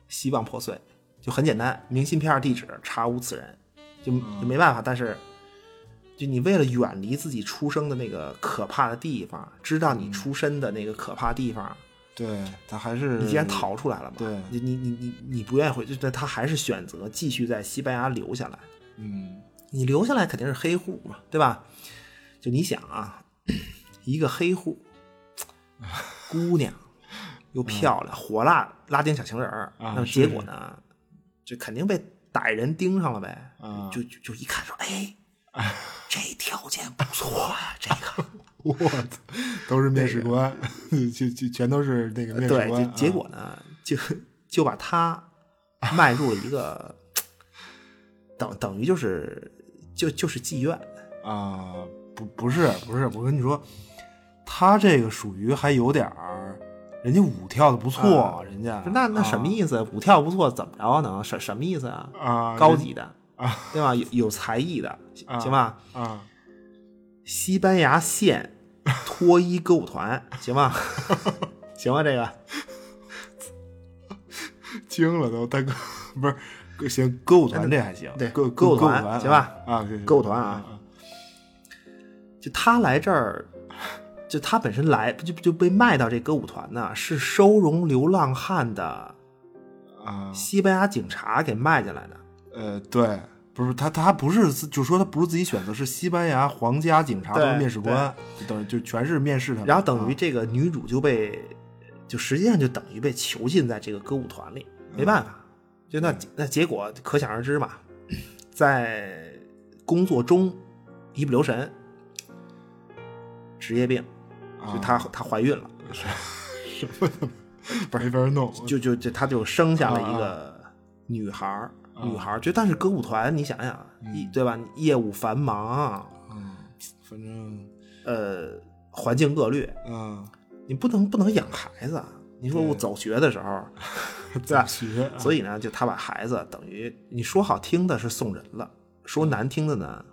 Speaker 4: 希望破碎，就很简单，明信片地址查无此人，就就没办法。但是，就你为了远离自己出生的那个可怕的地方，知道你出身的那个可怕地方，
Speaker 2: 对他还是
Speaker 4: 你既然逃出来了嘛，
Speaker 2: 嗯对
Speaker 4: 你你你你你不愿意回去，但他还是选择继续在西班牙留下来。
Speaker 2: 嗯
Speaker 4: 你留下来肯定是黑户嘛，对吧？就你想啊，一个黑户，姑娘又漂亮，火辣拉丁小情人儿，
Speaker 2: 嗯啊
Speaker 4: 那么
Speaker 2: 是
Speaker 4: 结果呢，就肯定被歹人盯上了呗。
Speaker 2: 啊
Speaker 4: 就就就一看说， 哎，这条件不错呀、这个。
Speaker 2: 我操，都是面试官， 就就全都是那 个面试
Speaker 4: 对，
Speaker 2: 官
Speaker 4: 就
Speaker 2: 啊。
Speaker 4: 结果呢，就就把他 迈入了一个等等于就是就就是妓院，
Speaker 2: 啊，不不是不是，我跟你说，他这个属于还有点儿，人家舞跳的不错，
Speaker 4: 啊
Speaker 2: 人家
Speaker 4: 那那什么意思？舞跳不错，怎么着呢？什什么意思啊？
Speaker 2: 啊
Speaker 4: 高级的
Speaker 2: 啊，
Speaker 4: 对吧？有有才艺的，行
Speaker 2: 啊
Speaker 4: 行吧？
Speaker 2: 啊？
Speaker 4: 西班牙线脱衣歌舞团，行吧？ 行吧，这个
Speaker 2: 惊了都，大哥 不是。行，歌舞团这还行，
Speaker 4: 对
Speaker 2: 歌
Speaker 4: 歌舞
Speaker 2: 舞
Speaker 4: 团
Speaker 2: 团
Speaker 4: 行吧
Speaker 2: 啊，对
Speaker 4: 歌舞团啊，就他来这儿，就他本身来就就被卖到这歌舞团呢，是收容流浪汉的
Speaker 2: 啊，
Speaker 4: 西班牙警察给卖进来的。
Speaker 2: 呃，对，不是他，他不是自，就是说他不是自己选择，是西班牙皇家警察都
Speaker 4: 对
Speaker 2: 是面试官，就等于就全是面试他们。
Speaker 4: 然后等于
Speaker 2: 啊
Speaker 4: 这个女主就被，就实际上就等于被囚禁在这个歌舞团里，没办法，就那那结果可想而知嘛，在工作中一不留神，职业病，
Speaker 2: 啊
Speaker 4: 就她她怀孕了，
Speaker 2: 没法弄，
Speaker 4: 就就就她就生下了一个女孩儿，女孩儿就但是歌舞团你想想啊，一对吧？业务繁忙，
Speaker 2: 嗯，反正
Speaker 4: 呃，环境恶劣，
Speaker 2: 嗯，
Speaker 4: 你不能不能养孩子啊。你说我走学的时候， 对吧？
Speaker 2: 学啊
Speaker 4: 所以呢，就他把孩子等于你说好听的是送人了，说难听的呢，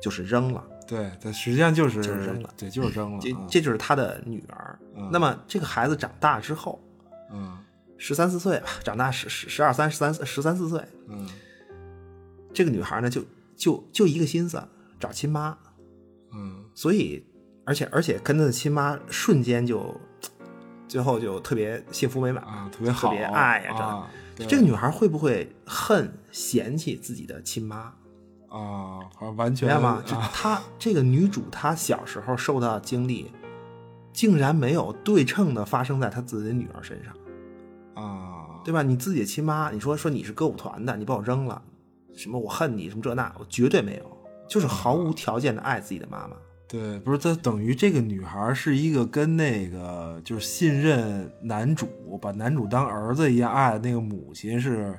Speaker 4: 就是扔了。
Speaker 2: 对，他实际上就是
Speaker 4: 就是扔了
Speaker 2: 对，就是扔了
Speaker 4: 这
Speaker 2: 啊，
Speaker 4: 这就是他的女儿
Speaker 2: 嗯。
Speaker 4: 那么这个孩子长大之后，
Speaker 2: 嗯
Speaker 4: 十三四岁吧，长大十十十二三十三十三四岁，
Speaker 2: 嗯
Speaker 4: 这个女孩呢就就就一个心思找亲妈，
Speaker 2: 嗯
Speaker 4: 所以而且而且跟她的亲妈瞬间就，最后就特别幸福美满
Speaker 2: 啊，特别好，
Speaker 4: 特别爱呀
Speaker 2: 啊，
Speaker 4: 这
Speaker 2: 对
Speaker 4: 这个女孩会不会恨嫌弃自己的亲妈？
Speaker 2: 啊，好像完全
Speaker 4: 明白吗？就
Speaker 2: 啊
Speaker 4: 她这个女主，她小时候受到的经历，竟然没有对称的发生在她自己的女儿身上，
Speaker 2: 啊，
Speaker 4: 对吧？你自己的亲妈，你说说你是歌舞团的，你把我扔了，什么我恨你，什么这那，我绝对没有，就是毫无条件的爱自己的妈妈。
Speaker 2: 对，不是，他等于这个女孩是一个跟那个就是信任男主，把男主当儿子一样爱的那个母亲是，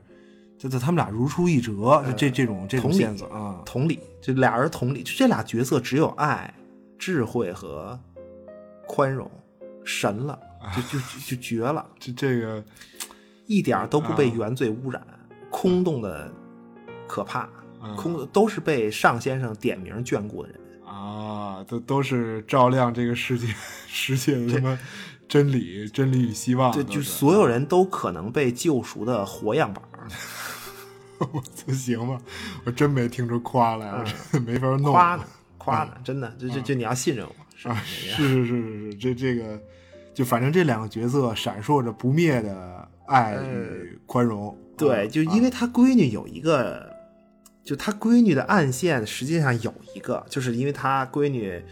Speaker 2: 就就他们俩如出一辙，就这这种这种
Speaker 4: 同理
Speaker 2: 线索啊，
Speaker 4: 同理，这俩人同理，就这俩角色只有爱、智慧和宽容，神了，就就就就绝了。
Speaker 2: 这这个
Speaker 4: 一点儿都不被
Speaker 2: 啊
Speaker 4: 原罪污染，空洞的可怕，
Speaker 2: 嗯
Speaker 4: 空都是被尚先生点名眷顾的人。
Speaker 2: 啊，都都是照亮这个世界世界的什么真理、真理与希望，
Speaker 4: 对，
Speaker 2: 啊都
Speaker 4: 就是所有人都可能被救赎的活样板儿，
Speaker 2: 我操行吧，我真没听出夸来，我真 没法弄
Speaker 4: 夸呢夸呢，真的，这这这你要信任我，是
Speaker 2: 啊，
Speaker 4: 这
Speaker 2: 是
Speaker 4: 样
Speaker 2: 是是是是，这这个就反正这两个角色闪烁着不灭的爱与宽容。
Speaker 4: 呃对，
Speaker 2: 啊
Speaker 4: 就因为他闺女有一个，就他闺女的暗线实际上有一个，就是因为他闺女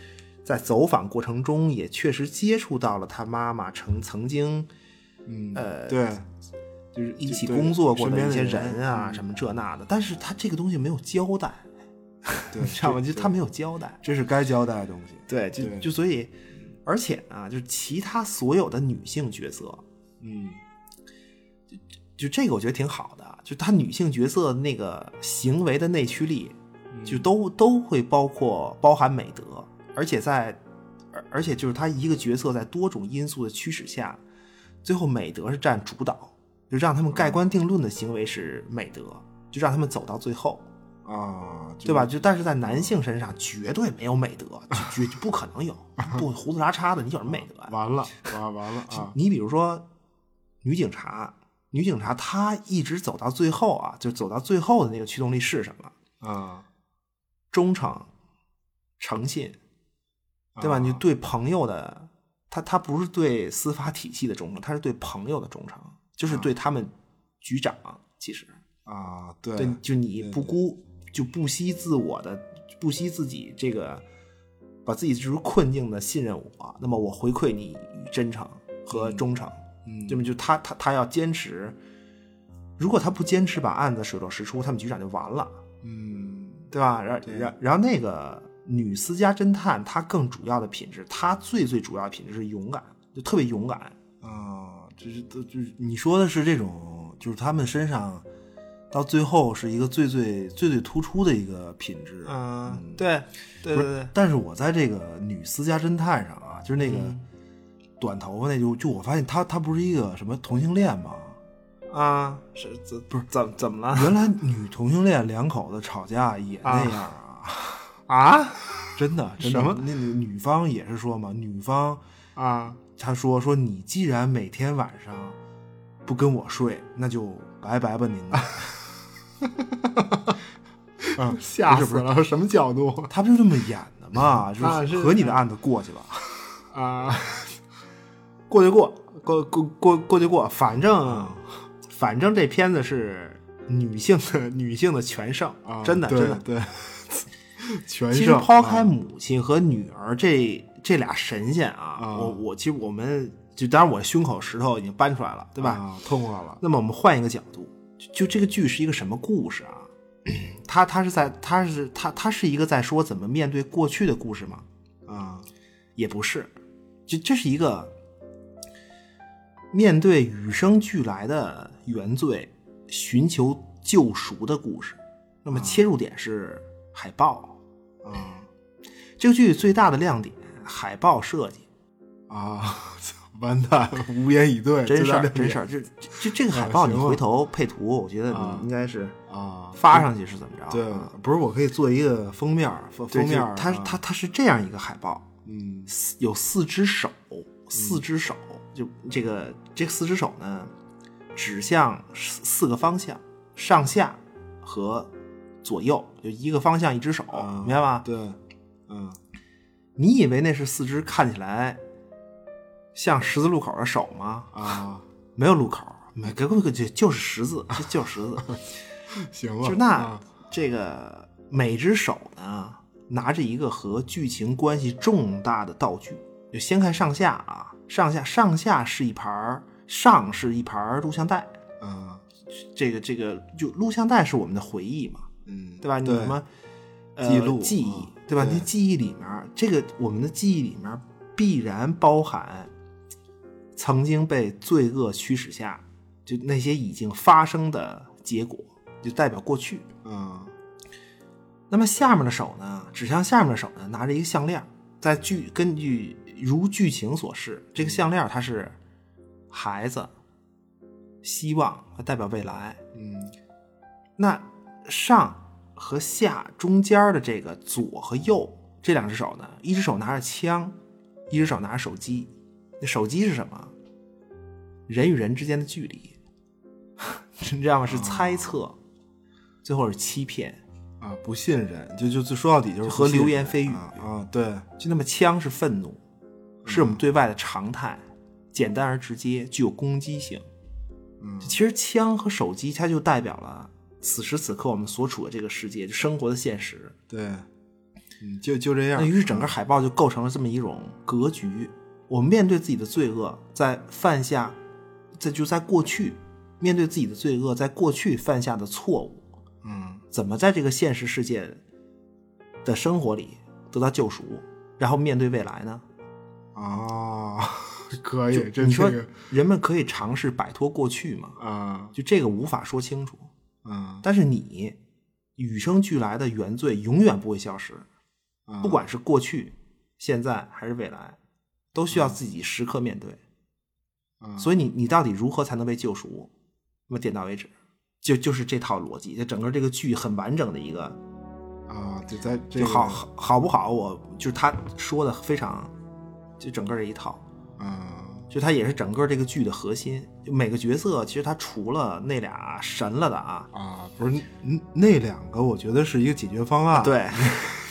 Speaker 4: 在走访过程中也确实接触到了他妈妈曾曾经
Speaker 2: 嗯
Speaker 4: 呃
Speaker 2: 对
Speaker 4: 就是一起
Speaker 2: 对
Speaker 4: 工作过
Speaker 2: 身
Speaker 4: 的
Speaker 2: 边
Speaker 4: 一
Speaker 2: 的
Speaker 4: 些
Speaker 2: 人嗯
Speaker 4: 人啊，什么这那的，但是他这个东西没有交代，
Speaker 2: 对，
Speaker 4: 你知道吗？就
Speaker 2: 这
Speaker 4: 他没有交代，
Speaker 2: 这是该交代的东西。
Speaker 4: 对，就
Speaker 2: 对
Speaker 4: 就所以，而且啊，就是其他所有的女性角色，
Speaker 2: 嗯
Speaker 4: 就这个我觉得挺好的，就她女性角色那个行为的内驱力，
Speaker 2: 嗯
Speaker 4: 就都都会包括包含美德，而且在而而且就是她一个角色在多种因素的驱使下，最后美德是占主导，就让他们
Speaker 2: 嗯
Speaker 4: 盖棺定论的行为是美德，就让他们走到最后。
Speaker 2: 啊，就
Speaker 4: 对吧？？就但是在男性身上绝对没有美德，绝绝不可能有，不胡子拉碴的，你有什么美德呀、
Speaker 2: 完了完完 了啊！
Speaker 4: 你比如说女警察，女警察她一直走到最后啊，就走到最后的那个驱动力是什么？
Speaker 2: 啊，
Speaker 4: 忠诚、诚信，对吧？
Speaker 2: 啊
Speaker 4: 你对朋友的他他不是对司法体系的忠诚，他是对朋友的忠诚，就是对他们局长。其实，
Speaker 2: 啊，对
Speaker 4: 对，就你不
Speaker 2: 对
Speaker 4: 孤就不惜自我的，不惜自己这个把自己置入困境的信任我，那么我回馈你与真诚和忠诚。
Speaker 2: 嗯
Speaker 4: 这么就他他他要坚持，如果他不坚持把案子水落石出，他们局长就完了，
Speaker 2: 嗯，
Speaker 4: 对吧？然
Speaker 2: 对
Speaker 4: 然然后那个女私家侦探，她更主要的品质，她最最主要的品质是勇敢，就特别勇敢。
Speaker 2: 啊，就是都就是你说的是这种，就是他们身上到最后是一个最最最最突出的一个品质。
Speaker 4: 嗯，对，对
Speaker 2: 不是，但是我在这个女私家侦探上啊，就是那个
Speaker 4: 嗯
Speaker 2: 短头发那就就我发现她她不是一个什么同性恋吗？
Speaker 4: 对，啊，是怎不是怎怎么了
Speaker 2: 原来女同性恋两口子吵架也那样啊，
Speaker 4: 啊
Speaker 2: 真的真的。
Speaker 4: 什么
Speaker 2: 那那女方也是说嘛，女方
Speaker 4: 啊？
Speaker 2: 她说说你既然每天晚上不跟我睡，那就拜拜吧您。嗯，
Speaker 4: 吓
Speaker 2: 不是不是
Speaker 4: 了，什 么角度
Speaker 2: 他不就这么演的 嘛，就
Speaker 4: 啊是
Speaker 2: 和你的案子过 去了。
Speaker 4: 啊？过就过，过过过过就过，反正反正这片子是女性的女性的全胜， 真的
Speaker 2: 啊对
Speaker 4: 真的。
Speaker 2: 对，全
Speaker 4: 其实
Speaker 2: 胜
Speaker 4: 抛开
Speaker 2: 啊
Speaker 4: 母亲和女儿这这俩神仙啊，
Speaker 2: 啊
Speaker 4: 我我其实我们就当然我胸口石头已经搬出来了，对吧？
Speaker 2: 啊痛快了。
Speaker 4: 那么我们换一个角度，就就这个剧是一个什么故事啊？它它是在它是它它是一个在说怎么面对过去的故事吗？
Speaker 2: 啊，
Speaker 4: 也不是，这这是一个面对与生俱来的原罪，寻求救赎的故事。那么切入点是海报啊，这个剧最大的亮点海报设计，
Speaker 2: 啊， 完蛋，无言以 对，
Speaker 4: 真事
Speaker 2: 就
Speaker 4: 儿
Speaker 2: 在这
Speaker 4: 真事儿，这这这这个海报你
Speaker 2: 哎行吧
Speaker 4: 回头配图，我觉得
Speaker 2: 啊
Speaker 4: 你应该是
Speaker 2: 啊，
Speaker 4: 发上去是怎么着？
Speaker 2: 对
Speaker 4: 啊，
Speaker 2: 不是我可以做一个封面儿，封
Speaker 4: 对
Speaker 2: 封面儿啊，
Speaker 4: 它它它是这样一个海报，
Speaker 2: 嗯
Speaker 4: 四有四只手，四只手，就这个这四只手呢，指向四四个方向，上下和左右，就一个方向一只手，
Speaker 2: 啊
Speaker 4: 明白吗？
Speaker 2: 对，嗯
Speaker 4: 你以为那是四只看起来像十字路口的手吗？
Speaker 2: 啊，
Speaker 4: 没有路口，没根本就就是十字，就就是十字，
Speaker 2: 行吧，
Speaker 4: 就是那、
Speaker 2: 啊
Speaker 4: 这个每只手呢拿着一个和剧情关系重大的道具，就先看上下啊，上下上下是一盘儿，上是一盘儿录像带，
Speaker 2: 啊
Speaker 4: 这个这个就录像带是我们的回忆嘛，
Speaker 2: 嗯，
Speaker 4: 对吧？你什么、呃
Speaker 2: 记录
Speaker 4: 记忆
Speaker 2: 嗯，
Speaker 4: 对吧？
Speaker 2: 对
Speaker 4: 那记忆里面儿，这个我们的记忆里面儿必然包含曾经被罪恶驱使下，就那些已经发生的结果，就代表过去。
Speaker 2: 啊
Speaker 4: 那么下面的手呢，指向下面的手呢，拿着一个项链儿，在剧根据如剧情所示，这
Speaker 2: 嗯
Speaker 4: 个项链儿它是孩子、希望，它代表未来。
Speaker 2: 嗯
Speaker 4: 那上和下中间的这个左和右这两只手呢，一只手拿着枪，一只手拿着手机。那手机是什么？人与人之间的距离， 你知道吗？是猜测，最后是欺骗。
Speaker 2: 啊，不信任，就就就说到底就是
Speaker 4: 和
Speaker 2: 不信
Speaker 4: 流
Speaker 2: 任
Speaker 4: 言蜚语
Speaker 2: 啊啊，对，
Speaker 4: 就那么枪是愤怒，是我们对外的常态，简单而直接，具有攻击性。
Speaker 2: 嗯
Speaker 4: 其实枪和手机，它就代表了此时此刻我们所处的这个世界，就生活的现实。
Speaker 2: 对，嗯，就就这样嗯
Speaker 4: 那，于是整个海报就构成了这么一种格局。我们面对自己的罪恶，在犯下，在就在过去，面对自己的罪恶，在过去犯下的错误，
Speaker 2: 嗯
Speaker 4: 怎么在这个现实世界的生活里得到救赎，然后面对未来呢？
Speaker 2: 啊， 可
Speaker 4: 就
Speaker 2: 以，这
Speaker 4: 你说
Speaker 2: 这个
Speaker 4: 人们可以尝试摆脱过去吗？
Speaker 2: 啊
Speaker 4: 就这个无法说清楚。
Speaker 2: 啊，
Speaker 4: 但是你与生俱来的原罪永远不会消失，
Speaker 2: 啊
Speaker 4: 不管是过去、现在还是未来，都需要自己时刻面对。
Speaker 2: 啊
Speaker 4: 所以你你到底如何才能被救赎？那么点到为止，就就是这套逻辑，就整个这个剧很完整的一个，
Speaker 2: 啊，就在这
Speaker 4: 就
Speaker 2: 个
Speaker 4: 好好好不好？我就是他说的非常，就整个这一套。
Speaker 2: 啊。
Speaker 4: 就它也是整个这个剧的核心。就每个角色，其实它除了那俩神了的啊，
Speaker 2: 啊，不是那那两个，我觉得是一个解决方案。，
Speaker 4: 对，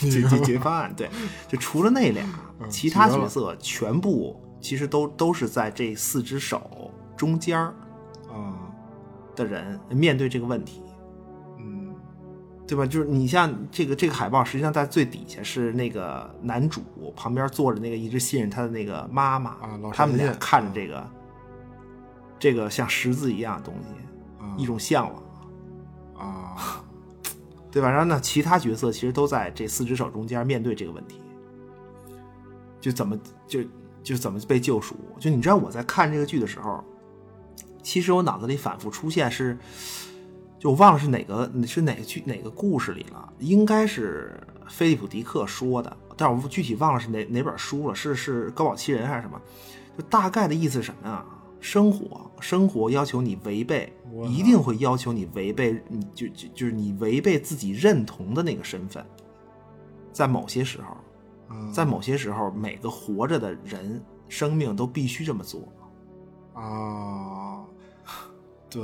Speaker 2: 嗯
Speaker 4: 解解决方案，对，就除了那俩，其他角色全部其实都都是在这四只手中间儿
Speaker 2: 啊，
Speaker 4: 的人面对这个问题，
Speaker 2: 嗯
Speaker 4: 对吧？就是你像这个这个海报，实际上在最底下是那个男主旁边坐着那个一直信任他的那个妈妈，
Speaker 2: 啊老
Speaker 4: 他们
Speaker 2: 少
Speaker 4: 俩
Speaker 2: 爷
Speaker 4: 看着这个、这个像十字一样的东西，
Speaker 2: 啊
Speaker 4: 一种向往，
Speaker 2: 啊，
Speaker 4: 对吧？然后呢，其他角色其实都在这四只手中间面对这个问题，就怎么就就怎么被救赎？就你知道我在看这个剧的时候，其实我脑子里反复出现是，就我忘了是哪个是哪个剧哪个故事里了，应该是菲利普迪克说的，但我具体忘了是哪哪本书了，是是《高堡奇人》还是什么？就大概的意思是什么呀？生活，生活要求你违背，
Speaker 2: 我
Speaker 4: 一定会要求你违背，你就就就是你违背自己认同的那个身份，在某些时候，
Speaker 2: 啊
Speaker 4: 在某些时候，每个活着的人生命都必须这么做。
Speaker 2: 啊，对，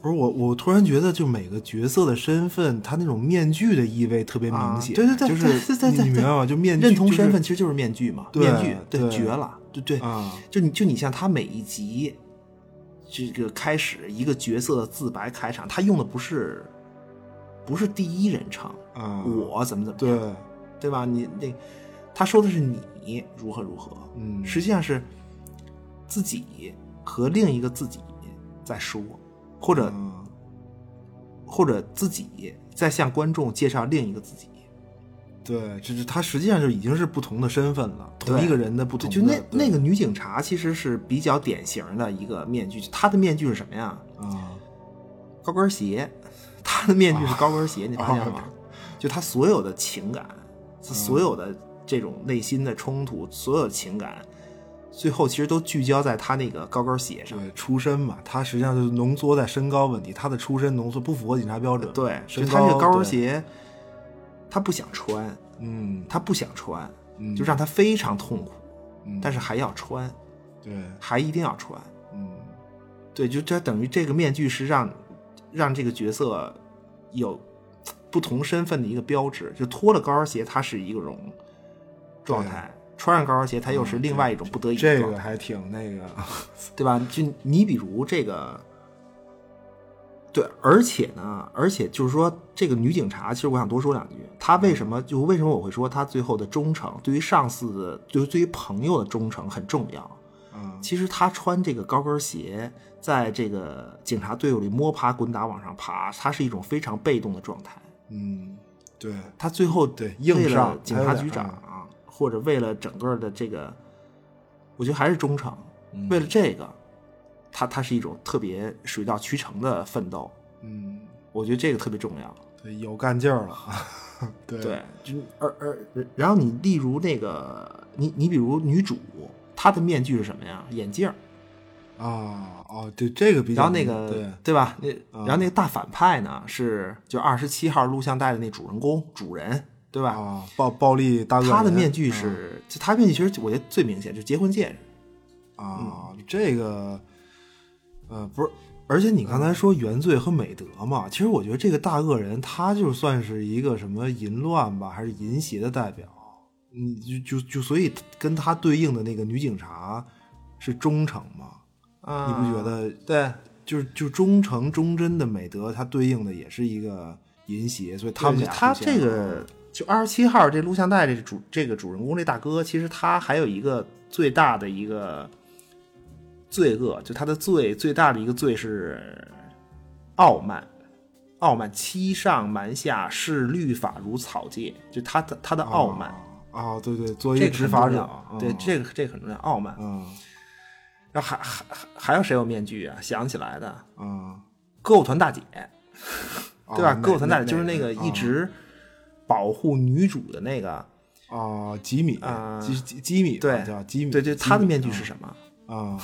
Speaker 2: 不是我，我突然觉得，就每个角色的身份，他那种面具的意味特别明
Speaker 4: 啊
Speaker 2: 显，
Speaker 4: 对对对
Speaker 2: 就
Speaker 4: 对
Speaker 2: 是
Speaker 4: 对对
Speaker 2: 你
Speaker 4: 对
Speaker 2: 你明白吗？就面具
Speaker 4: 认同
Speaker 2: 就是
Speaker 4: 身份其实就是面具嘛，
Speaker 2: 对
Speaker 4: 面具
Speaker 2: 对
Speaker 4: 绝了，对对，
Speaker 2: 啊，
Speaker 4: 就你就你像他每一集这个开始一个角色的自白开场，他用的不是不是第一人称，
Speaker 2: 啊
Speaker 4: 我怎么怎么
Speaker 2: 对
Speaker 4: 样，对吧？你那他说的是你如何如何，
Speaker 2: 嗯
Speaker 4: 实际上是自己和另一个自己在说，或者、
Speaker 2: 嗯
Speaker 4: 或者自己在向观众介绍另一个自己。
Speaker 2: 对，这是他实际上就已经是不同的身份了，同
Speaker 4: 对
Speaker 2: 一个人的不
Speaker 4: 对，
Speaker 2: 同的
Speaker 4: 就那
Speaker 2: 对
Speaker 4: 那个女警察其实是比较典型的一个面具，她的面具是什么呀？
Speaker 2: 啊
Speaker 4: 高跟鞋，她的面具
Speaker 2: 哦
Speaker 4: 是高跟鞋，你发现了吗
Speaker 2: 啊？
Speaker 4: 就她所有的情感，她所有的这种内心的冲
Speaker 2: 嗯
Speaker 4: 突，所有的情感，最后其实都聚焦在她那个高跟鞋上。
Speaker 2: 对出身嘛，他实际上就是浓缩在身高问题，他的出身浓缩不符合警察标准，
Speaker 4: 对，就
Speaker 2: 身
Speaker 4: 她这个高跟
Speaker 2: 对，
Speaker 4: 鞋，她不想穿，
Speaker 2: 嗯，
Speaker 4: 她不想穿，
Speaker 2: 嗯
Speaker 4: 就让她非常痛苦，
Speaker 2: 嗯
Speaker 4: 但是还要穿，
Speaker 2: 对，
Speaker 4: 还一定要穿。
Speaker 2: 嗯
Speaker 4: 对，就这等于这个面具是让让这个角色有不同身份的一个标志，就脱了高跟鞋，它是一种状态；穿上高跟鞋，它又是另外一种不得已
Speaker 2: 嗯
Speaker 4: 的
Speaker 2: 这
Speaker 4: 状
Speaker 2: 个
Speaker 4: 态，
Speaker 2: 还挺那个，
Speaker 4: 对吧？就你比如这个，对，而且呢，而且就是说，这个女警察，其实我想多说两句，她为什么就为什么我会说她最后的忠诚，对于上司的，就是对于朋友的忠诚很重要。
Speaker 2: 啊
Speaker 4: 其实他穿这个高跟鞋，在这个警察队伍里摸爬滚打往上爬，他是一种非常被动的状态。
Speaker 2: 嗯，对。
Speaker 4: 他最后
Speaker 2: 对硬
Speaker 4: 为了
Speaker 2: 上
Speaker 4: 警察局
Speaker 2: 还有点
Speaker 4: 长，或者为了整个的这个，我觉得还是忠诚。为了这个，他他是一种特别水到渠成的奋斗。
Speaker 2: 嗯，
Speaker 4: 我觉得这个特别重要。
Speaker 2: 对，有干劲儿了，对
Speaker 4: 对，就而而然后你例如那个你你比如女主，她的面具是什么呀？眼镜儿。
Speaker 2: 啊，哦，对，这个比较，
Speaker 4: 然后那个
Speaker 2: 对，
Speaker 4: 吧？那然后那个大反派呢是就二十七号录像带的那主人公主人，对吧？
Speaker 2: 啊，暴暴力大恶人，
Speaker 4: 他的面具是，就他面具其实我觉得最明显就是结婚戒指。
Speaker 2: 啊，
Speaker 4: 嗯
Speaker 2: 这个，呃，不是，而且你刚才说原罪和美德嘛，其实我觉得这个大恶人他就算是一个什么淫乱吧，还是淫邪的代表，你就就就所以跟他对应的那个女警察是忠诚嘛，
Speaker 4: 啊
Speaker 2: 你不觉？得
Speaker 4: 对，
Speaker 2: 就是就忠诚忠贞的美德，它对应的也是一个淫邪，所以他
Speaker 4: 他
Speaker 2: 们俩啊
Speaker 4: 他
Speaker 2: 出现
Speaker 4: 这个就二十七号这录像带这主这个主人公这大哥，其实他还有一个最大的一个罪恶，就他的罪最大的一个罪是傲慢。傲慢，欺上瞒下，视律法如草芥，就他的他的傲慢，
Speaker 2: 啊，对对，作
Speaker 4: 这
Speaker 2: 为
Speaker 4: 个
Speaker 2: 执
Speaker 4: 很
Speaker 2: 法
Speaker 4: 重
Speaker 2: 者
Speaker 4: 要，啊嗯对这个这个很重要，傲慢。
Speaker 2: 嗯
Speaker 4: 然后还还还还有谁有面具啊？想起来的
Speaker 2: 嗯，
Speaker 4: 歌舞团大姐，对吧？
Speaker 2: 哪
Speaker 4: 歌舞团大姐
Speaker 2: 哪
Speaker 4: 就是
Speaker 2: 哪
Speaker 4: 哦那
Speaker 2: 个
Speaker 4: 个嗯一直保护女主的那个，
Speaker 2: 啊，吉米
Speaker 4: 啊，
Speaker 2: 吉吉吉米吧，啊
Speaker 4: 对
Speaker 2: 叫吉米，
Speaker 4: 对对，
Speaker 2: 吉
Speaker 4: 她的
Speaker 2: 米
Speaker 4: 面具是什么？
Speaker 2: 啊，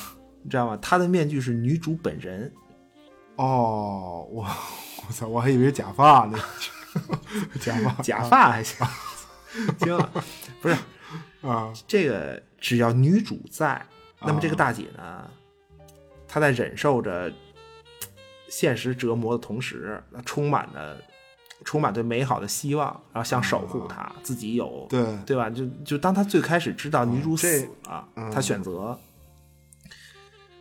Speaker 4: 你知道吗？她的面具是女主本人，
Speaker 2: 哦，我我操，我还以为是假发呢， 假发
Speaker 4: 假发还 行，惊了，不是
Speaker 2: 啊，
Speaker 4: 这个，只要女主在，那么这个大姐呢，她在忍受着呃现实折磨的同时，那充满了充满对美好的希望，然后想守护她、自己有
Speaker 2: 啊对啊
Speaker 4: 对吧？就就当她最开始知道女主
Speaker 2: 这嗯
Speaker 4: 死了，她选择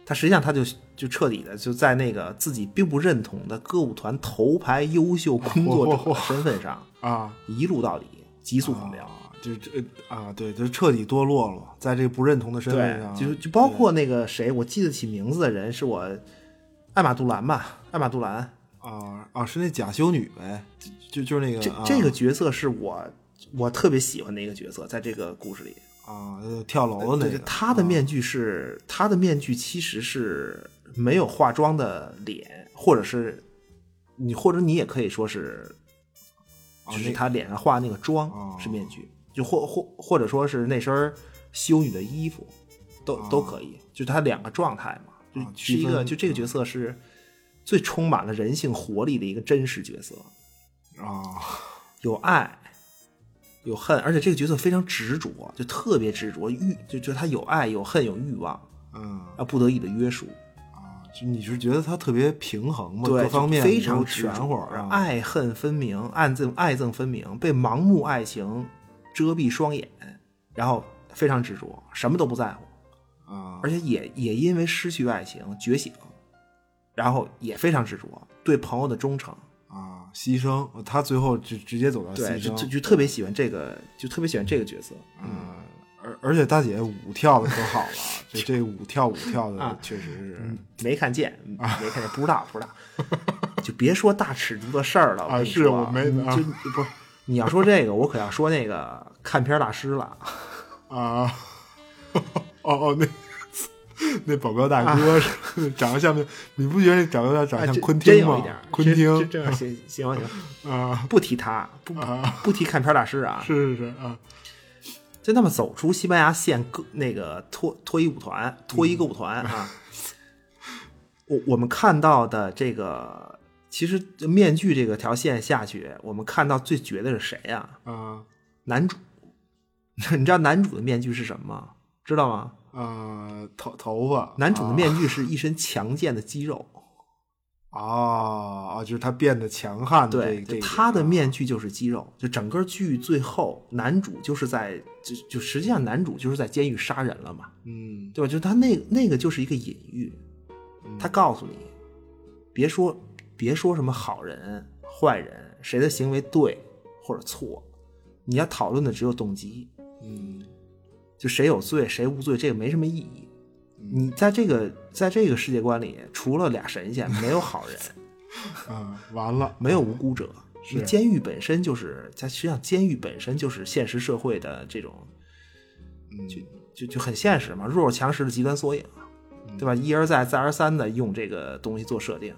Speaker 4: 他实际上他就就彻底的就在那个自己并不认同的歌舞团头牌优秀工作者的身份上
Speaker 2: 啊，
Speaker 4: 一路到底，急速狂飙。
Speaker 2: 啊就是这啊，对，就是彻底堕落了，在这个不认同的身啊份
Speaker 4: 对
Speaker 2: 上，，
Speaker 4: 就就包括那个谁，我记得起名字的人是我艾玛杜兰吧，艾玛杜兰
Speaker 2: 啊啊，是那假修女呗，就就就是那个
Speaker 4: 这
Speaker 2: 啊
Speaker 4: 这个角色是我我特别喜欢的一个角色，在这个故事里。
Speaker 2: 啊，呃跳楼的那
Speaker 4: 对
Speaker 2: 个，啊嗯
Speaker 4: 对他的面具是、他的面具，其实是没有化妆的脸，或者是你，或者你也可以说是，
Speaker 2: 啊
Speaker 4: 就是
Speaker 2: 那
Speaker 4: 他脸上画那个妆
Speaker 2: 哦
Speaker 4: 是面具，就或或或者说是那身儿修女的衣服，都、都可以，就是他两个状态嘛，就
Speaker 2: 啊
Speaker 4: 是一
Speaker 2: 哦区
Speaker 4: 个、
Speaker 2: 分
Speaker 4: 就这个角色是最充满了人性活力的一个真实角色，
Speaker 2: 啊
Speaker 4: 有爱，有恨，而且这个角色非常执着，就特别执着，欲就就他有爱有恨有欲望，
Speaker 2: 嗯
Speaker 4: 啊，不得已的约束，
Speaker 2: 啊，就你是觉得他特别平衡嘛，
Speaker 4: 对，
Speaker 2: 各方面
Speaker 4: 就非常
Speaker 2: 都
Speaker 4: 执着
Speaker 2: 全乎啊，
Speaker 4: 爱恨分明，爱憎爱憎分明，被盲目爱情遮蔽双眼，然后非常执着，什么都不在乎，
Speaker 2: 啊
Speaker 4: 而且也也因为失去爱情觉醒，然后也非常执着，对朋友的忠诚，
Speaker 2: 啊，牺牲，他最后直直接走到
Speaker 4: 对，
Speaker 2: 牺
Speaker 4: 就就
Speaker 2: 牲，
Speaker 4: 就特别喜欢这个，就特别喜欢这个角色，
Speaker 2: 嗯，而而且大姐舞跳的可好了，这这舞跳舞跳的
Speaker 4: 啊
Speaker 2: 确实是。
Speaker 4: 没看见， 没看见，不知道，不知道。就别说大尺度的事儿了，
Speaker 2: 啊
Speaker 4: 跟你
Speaker 2: 是
Speaker 4: 说
Speaker 2: 我没
Speaker 4: 你
Speaker 2: 啊
Speaker 4: 就你不是你要说这个，我可要说那个看片儿大师了。
Speaker 2: 啊，哦哦，那那宝哥大哥是、长得像那，你不觉得那长得像长得
Speaker 4: 哎
Speaker 2: 像
Speaker 4: 这
Speaker 2: 昆
Speaker 4: 啊真
Speaker 2: 汀
Speaker 4: 有
Speaker 2: 吗？
Speaker 4: 一点儿，
Speaker 2: 昆
Speaker 4: 这
Speaker 2: 汀
Speaker 4: 这这行行行，
Speaker 2: 啊
Speaker 4: 不提他，不
Speaker 2: 啊，
Speaker 4: 不提看片儿大师啊，
Speaker 2: 是是是啊
Speaker 4: 就那么走出西班牙现歌那个脱脱衣舞团、
Speaker 2: 嗯
Speaker 4: 脱衣歌舞团啊，我我们看到的这个，其实面具这个条线下去，我们看到最绝的是谁呀、
Speaker 2: 啊
Speaker 4: 男主， 你知道男主的面具是什么吗？知道吗？
Speaker 2: 啊，头头发，
Speaker 4: 男主的
Speaker 2: 啊
Speaker 4: 面具是一身强健的肌肉，
Speaker 2: 啊啊，就是他变得强悍的这
Speaker 4: 对，
Speaker 2: 个这
Speaker 4: 就
Speaker 2: 一点
Speaker 4: 他的
Speaker 2: 啊
Speaker 4: 面具就是肌肉。就整个剧最后，男主就是在就就实际上男主就是在监狱杀人了嘛，
Speaker 2: 嗯
Speaker 4: 对吧？就他那那个就是一个隐喻，他告诉你，别说别说什么好人坏人，谁的行为对或者错，你要讨论的只有动机。
Speaker 2: 嗯
Speaker 4: 就谁有罪谁无罪，这个没什么意义。你在这个在这个世界观里，除了俩神仙，没有好人，
Speaker 2: 啊，完了
Speaker 4: 没有无辜者。你监狱本身就是，它实际上监狱本身就是现实社会的这种，
Speaker 2: 嗯
Speaker 4: 就就就很现实嘛，弱肉强食的极端缩影，对吧？一而再，再而三的用这个东西做设定。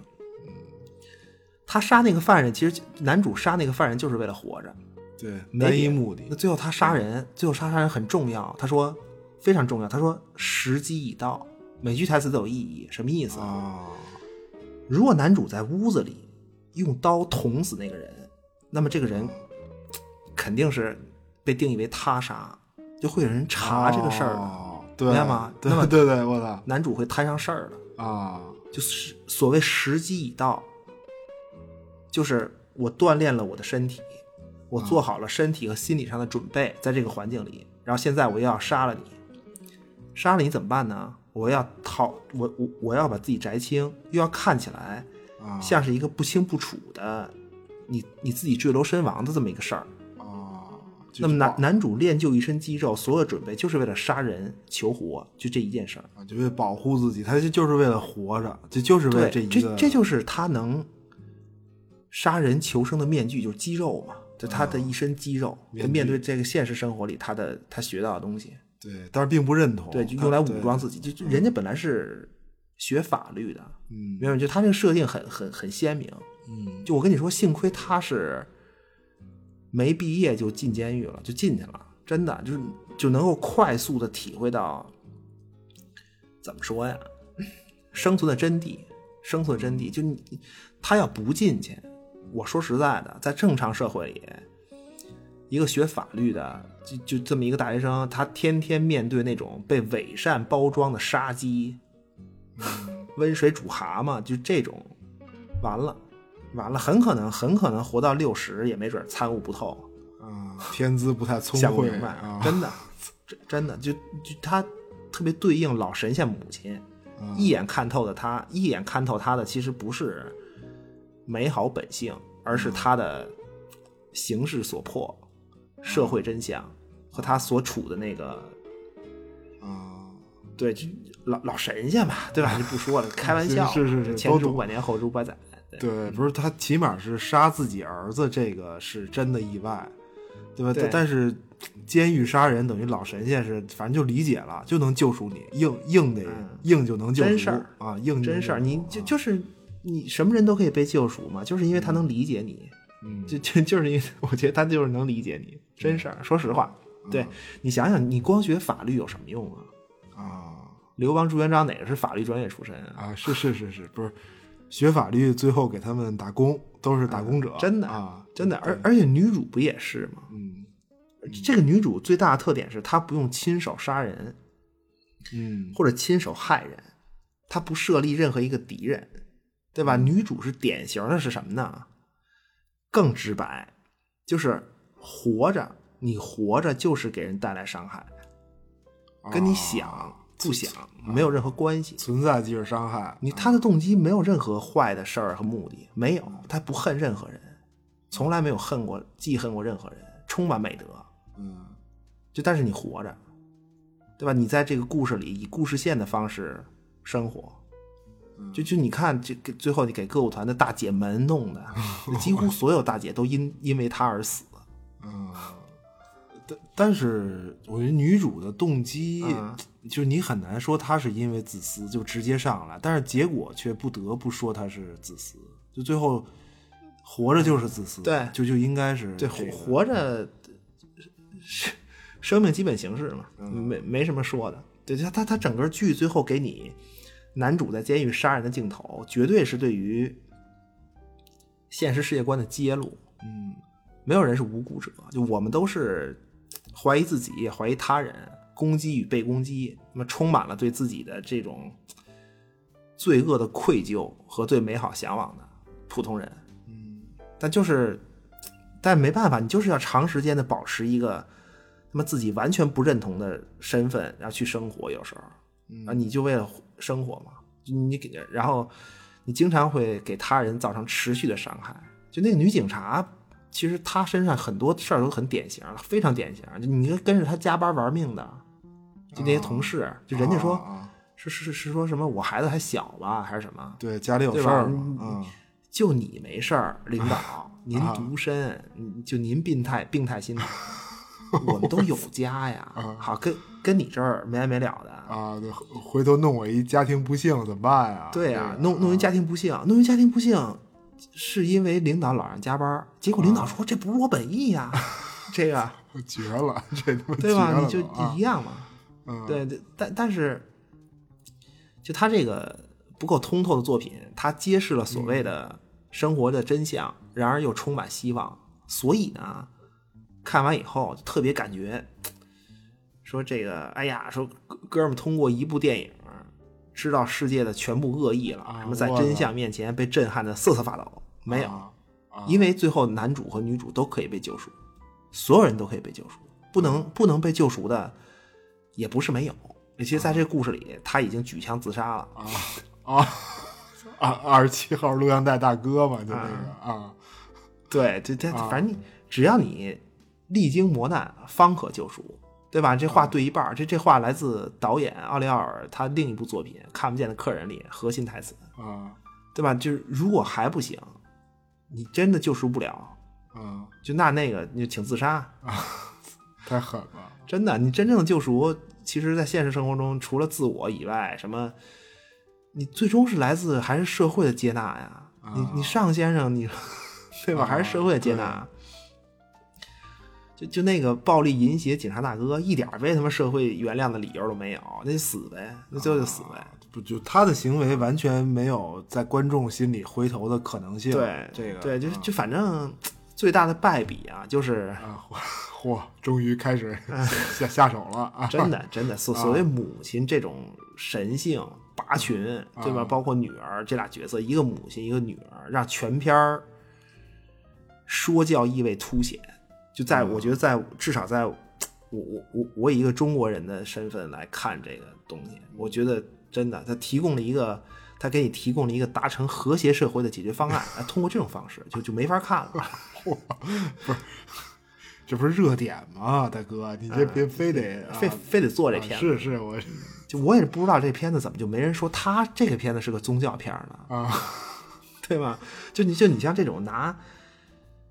Speaker 4: 他杀那个犯人，其实男主杀那个犯人就是为了活着，
Speaker 2: 对
Speaker 4: 没
Speaker 2: 单一
Speaker 4: 别
Speaker 2: 目 的
Speaker 4: 那最后他
Speaker 2: 嗯
Speaker 4: 杀人，最后杀杀人很重要。他说非常重要。他说时机已到，每句台词都有意义。什么意思？
Speaker 2: 啊
Speaker 4: 如果男主在屋子里用刀捅死那个人，那么这个人肯定是被定义为他杀，就会有人查这个事儿的。
Speaker 2: 哦对
Speaker 4: 明白吗
Speaker 2: 对
Speaker 4: 那么
Speaker 2: 对对，我操
Speaker 4: 男主会摊上事儿的。
Speaker 2: 啊
Speaker 4: 就是所谓时机已到，就是我锻炼了我的身体，我做好了身体和心理上的准备，在这个环境里，然后现在我又要杀了你，杀了你怎么办呢？我要逃，我我我要把自己摘清，又要看起来
Speaker 2: 啊
Speaker 4: 像是一个不清不楚的，你你自己坠楼身亡的这么一个事儿。
Speaker 2: 啊，就
Speaker 4: 那么
Speaker 2: 是
Speaker 4: 男
Speaker 2: 保
Speaker 4: 男主练就一身肌肉，所有准备就是为了杀人求活，就这一件事儿。
Speaker 2: 啊，就为保护自己，他就就是为了活着，这就是为了
Speaker 4: 对，
Speaker 2: 一
Speaker 4: 这
Speaker 2: 个，
Speaker 4: 这就是他能杀人求生的面具，就是肌肉嘛，就他的一身肌肉，
Speaker 2: 啊面具
Speaker 4: 面对这个现实生活里他的他学到的东西，
Speaker 2: 对，但是并不认同，
Speaker 4: 对，就
Speaker 2: 他
Speaker 4: 用来武装，自己。就就人家本来是学法律的，
Speaker 2: 嗯
Speaker 4: 明白吗？就他这个设定很很很鲜明。
Speaker 2: 嗯
Speaker 4: 就我跟你说，幸亏他是没毕业就进监狱了，就进去了，真的就是就能够快速的体会到怎么说呀，生存的真谛，生存的真谛。就你他要不进去，我说实在的，在正常社会里，一个学法律的就就这么一个大学生，他天天面对那种被伪善包装的杀机， 温水煮蛤蟆，就这种，完了，完了，很可能很可能活到六十也没准参悟不透，
Speaker 2: 啊，天资不太聪
Speaker 4: 想不
Speaker 2: 慧
Speaker 4: 明白，
Speaker 2: 啊，啊
Speaker 4: 真的，真真的就就他特别对应老神仙母亲，一眼看透的他，一眼看透他的其实不是美好本性，而是他的形势所迫、社会真相和他所处的那个
Speaker 2: 啊，
Speaker 4: 对这老老神仙吧，对吧？就不说了，开玩笑，
Speaker 2: 是是是
Speaker 4: 前
Speaker 2: 都
Speaker 4: 知五
Speaker 2: 懂
Speaker 4: 百年，后知五百载。
Speaker 2: 对，不是他起码是杀自己儿子，这个是真的意外，对吧？
Speaker 4: 对
Speaker 2: 但是监狱杀人等于老神仙是，反正就理解了，就能救赎你，硬硬得、
Speaker 4: 嗯
Speaker 2: 硬就能救赎
Speaker 4: 真事儿
Speaker 2: 啊，硬就能
Speaker 4: 真事儿，
Speaker 2: 救赎
Speaker 4: 你就就是你什么人都可以被救赎嘛，就是因为他能理解你，
Speaker 2: 嗯
Speaker 4: 就就就是因为我觉得他就是能理解你，真事儿。说实话，对你想想，你光学法律有什么用啊？
Speaker 2: 啊
Speaker 4: 刘邦、朱元璋哪个是法律专业出身啊？
Speaker 2: 啊，是是是是，不是学法律最后给他们打工都是打工者，
Speaker 4: 嗯真的
Speaker 2: 啊，
Speaker 4: 真的，而而且女主不也是吗？
Speaker 2: 嗯
Speaker 4: 这个女主最大的特点是她不用亲手杀人
Speaker 2: 嗯
Speaker 4: 或者亲手害人，她不设立任何一个敌人，对吧？女主是典型的是什么呢？更直白，就是活着，你活着就是给人带来伤害，跟
Speaker 2: 哦
Speaker 4: 你想不想没有任何关系。
Speaker 2: 啊存在即是伤害，
Speaker 4: 你他的动机没有任何坏的事儿和目的，没有，他不恨任何人，从来没有恨过、记恨过任何人，充满美德。
Speaker 2: 嗯
Speaker 4: 就但是你活着，对吧？你在这个故事里以故事线的方式生活，就就你看这个最后你给歌舞团的大姐们弄的，几乎所有大姐都因因为他而死。
Speaker 2: 嗯，但但是我觉得女主的动机，
Speaker 4: 嗯
Speaker 2: 就是你很难说她是因为自私就直接上来，但是结果却不得不说她是自私，就最后活着就是自私，
Speaker 4: 对
Speaker 2: 就就应该是嗯这
Speaker 4: 对，活
Speaker 2: 个
Speaker 4: 活着是生命基本形式嘛，
Speaker 2: 嗯
Speaker 4: 没没什么说的。对他他他整个剧最后给你男主在监狱杀人的镜头，绝对是对于现实世界观的揭露。
Speaker 2: 嗯
Speaker 4: 没有人是无辜者，就我们都是怀疑自己，也怀疑他人，攻击与被攻击，那么充满了对自己的这种罪恶的愧疚和对美好向往的普通人。
Speaker 2: 嗯
Speaker 4: 但就是，但没办法，你就是要长时间的保持一个那么自己完全不认同的身份，然后去生活。有时候
Speaker 2: 嗯
Speaker 4: 啊，你就为了生活嘛，你给然后你经常会给他人造成持续的伤害。就那个女警察，其实她身上很多事儿都很典型，非常典型。就你跟着她加班玩命的，就那些同事，就人家说、
Speaker 2: 啊啊
Speaker 4: 是是是是说什么我孩子还小吧，还是什么？
Speaker 2: 对家里有
Speaker 4: 对
Speaker 2: 事
Speaker 4: 吧
Speaker 2: 儿嘛，
Speaker 4: 嗯
Speaker 2: 啊
Speaker 4: 就你没事儿，领导，您独身，你就您病态病态心理，我们都有家呀。好，跟跟你这儿没完没了的，
Speaker 2: 啊，对，回回头弄我一家庭不幸怎么办呀？
Speaker 4: 对呀、
Speaker 2: 这个
Speaker 4: 弄弄一家庭不幸，弄一家庭不幸，是因为领导老让加班儿，结果领导说这不是我本意呀，这个
Speaker 2: 绝了，这他妈
Speaker 4: 对
Speaker 2: 绝
Speaker 4: 吧？
Speaker 2: 了
Speaker 4: 你就
Speaker 2: 都啊
Speaker 4: 一样嘛。
Speaker 2: 嗯
Speaker 4: 对，对但但是，就他这个不够通透的作品，它揭示了所
Speaker 2: 嗯
Speaker 4: 谓的生活的真相，然而又充满希望。所以呢，看完以后就特别感觉，说这个，哎呀，说哥哥们通过一部电影。知道世界的全部恶意了，
Speaker 2: 啊
Speaker 4: 什么在
Speaker 2: 我
Speaker 4: 真
Speaker 2: 了
Speaker 4: 相面前被震撼的瑟瑟发抖，没有，
Speaker 2: 啊啊
Speaker 4: 因为最后男主和女主都可以被救赎，所有人都可以被救赎，不能不能被救赎的也不是没有。其实，在这故事里，他已经举枪自杀了，
Speaker 2: 啊啊二十七号录像带大哥嘛，就那个啊
Speaker 4: 对，这这反正你只要你历经磨难，方可救赎，对吧？这
Speaker 2: 啊
Speaker 4: 话对一半儿，这这话来自导演奥利奥尔他另一部作品《看不见的客人》里核心台词，
Speaker 2: 啊
Speaker 4: 对吧？就是如果还不行，你真的救赎不了，
Speaker 2: 啊，
Speaker 4: 就那那个你就请自杀，
Speaker 2: 太狠了，
Speaker 4: 真的，你真正的救赎，其实，在现实生活中，除了自我以外，什么，你最终是来自还是社会的接纳呀？你你尚先生，你 对吧？
Speaker 2: 啊
Speaker 4: 还是社会的接纳？就就那个暴力淫邪警察大哥，一点儿被他妈社会原谅的理由都没有，那就死呗，那最后就死呗。
Speaker 2: 不就他的行为完全没有在观众心里回头的可能性。
Speaker 4: 对，
Speaker 2: 这个嗯
Speaker 4: 对，就就反正最大的败笔啊，就是
Speaker 2: 啊，嚯嚯，终于开始下下手了啊！
Speaker 4: 嗯真的，真的，所所谓母亲这种神性拔群，对吧？
Speaker 2: 啊
Speaker 4: 包括女儿这俩角色，一个母亲，一个女儿，让全片儿说教意味凸显。就在
Speaker 2: 嗯
Speaker 4: 我觉得在，至少在我我我我以一个中国人的身份来看这个东西，我觉得真的，他提供了一个，他给你提供了一个达成和谐社会的解决方案，啊通过这种方式就就没法看了。
Speaker 2: 啊这不是热点吗，大哥？你这别非得啊
Speaker 4: 嗯非非得做这
Speaker 2: 啊
Speaker 4: 片子，
Speaker 2: 是是我
Speaker 4: 就我也不知道这片子怎么就没人说他这个片子是个宗教片儿呢，
Speaker 2: 啊，
Speaker 4: 对吧？就你就你像这种拿，